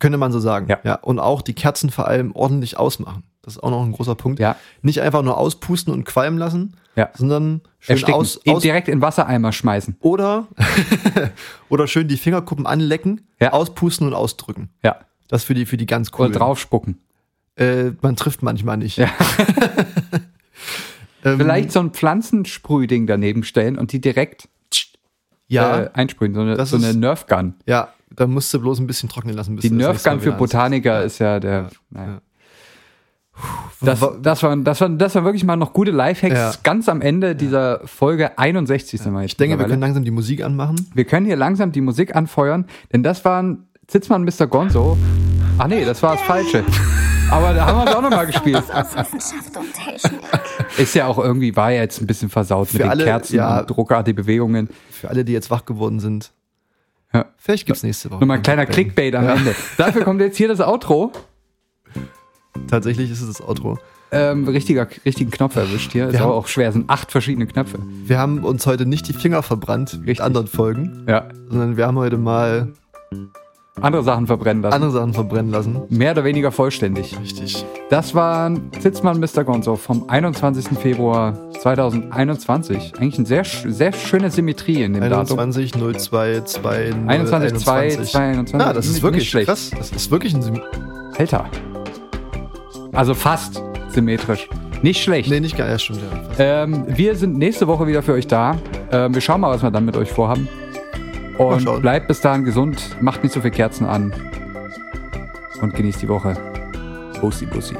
C: könnte man so sagen,
B: Ja.
C: ja. Und auch die Kerzen vor allem ordentlich ausmachen. Das ist auch noch ein großer Punkt.
B: Ja.
C: Nicht einfach nur auspusten und qualmen lassen,
B: Ja.
C: sondern schön
B: Ersticken.
C: aus,
B: Ihn
C: aus
B: direkt in Wassereimer schmeißen.
C: oder *laughs* oder schön die Fingerkuppen anlecken,
B: Ja.
C: auspusten und ausdrücken.
B: Ja.
C: Das für die für die ganz
B: Oder
C: coolen.
B: draufspucken.
C: Äh, man trifft manchmal nicht.
B: Ja.
C: Ähm,
B: Vielleicht so ein Pflanzensprühding daneben stellen und die direkt
C: ja.
B: äh, einsprühen. So eine,
C: Das
B: so eine
C: ist-
B: Nerf Gun.
C: Ja, da musst du bloß ein bisschen trocknen lassen. Bis
B: Die
C: du das
B: Nerf
C: nächste
B: Gun
C: Mal
B: für
C: wieder hast.
B: Botaniker ist ja der. Naja.
C: ja.
B: Das,
C: Wa-
B: das, waren, das, waren, das waren wirklich mal noch gute Lifehacks.
C: Ja.
B: Ganz am Ende dieser Folge 61 sind wir jetzt.
C: Ich denke, wir
B: mittlerweile.
C: können langsam die Musik anmachen.
B: wir können hier langsam die Musik anfeuern, denn das waren Zitzmann Mr. Gonzo. Ach nee, das war das Falsche. Aber da haben wir es auch nochmal
C: *laughs*
B: gespielt.
D: aus Wissenschaft und Technik.
B: Ist ja auch irgendwie, war ja jetzt ein bisschen versaut mit
C: Für
B: den
C: alle,
B: Kerzen
C: ja.
B: und druckartige Bewegungen.
C: Für alle, die jetzt wach geworden sind.
B: Ja.
C: Vielleicht gibt's nächste Woche.
B: Nochmal ein
C: noch
B: kleiner
C: einen.
B: Clickbait am
C: Ja.
B: Ende. Dafür kommt jetzt hier das Outro.
C: Tatsächlich ist es das Outro.
B: Ähm, richtiger, richtigen Knopf erwischt hier. Ist
C: Wir
B: aber
C: haben-
B: auch schwer, sind acht verschiedene Knöpfe.
C: Wir haben uns heute nicht die Finger verbrannt wie
B: Richtig.
C: mit anderen Folgen,
B: Ja.
C: sondern wir haben heute mal
B: Andere Sachen verbrennen lassen.
C: andere Sachen verbrennen lassen.
B: Mehr oder weniger vollständig.
C: Richtig.
B: Das waren Sitzmann Mr. Gonzo vom 21. Februar 2021. Eigentlich eine sehr, sch- sehr schöne Symmetrie in dem Datum.
C: 21, 02, 2,
B: 21, 2, 21.
C: Ja, das ist
B: Nicht
C: wirklich
B: schlecht.
C: krass. Das ist wirklich ein. Sim
B: Alter. Also fast symmetrisch. Nicht schlecht.
C: nee, nicht gar. Ja, stimmt, ja.
B: Ähm, wir sind nächste Woche wieder für euch da. Ähm, wir schauen mal, was wir dann mit euch vorhaben. Und
C: schauen.
B: bleibt bis dahin gesund, macht nicht so viel Kerzen an und genießt die Woche. Bussi, bussi.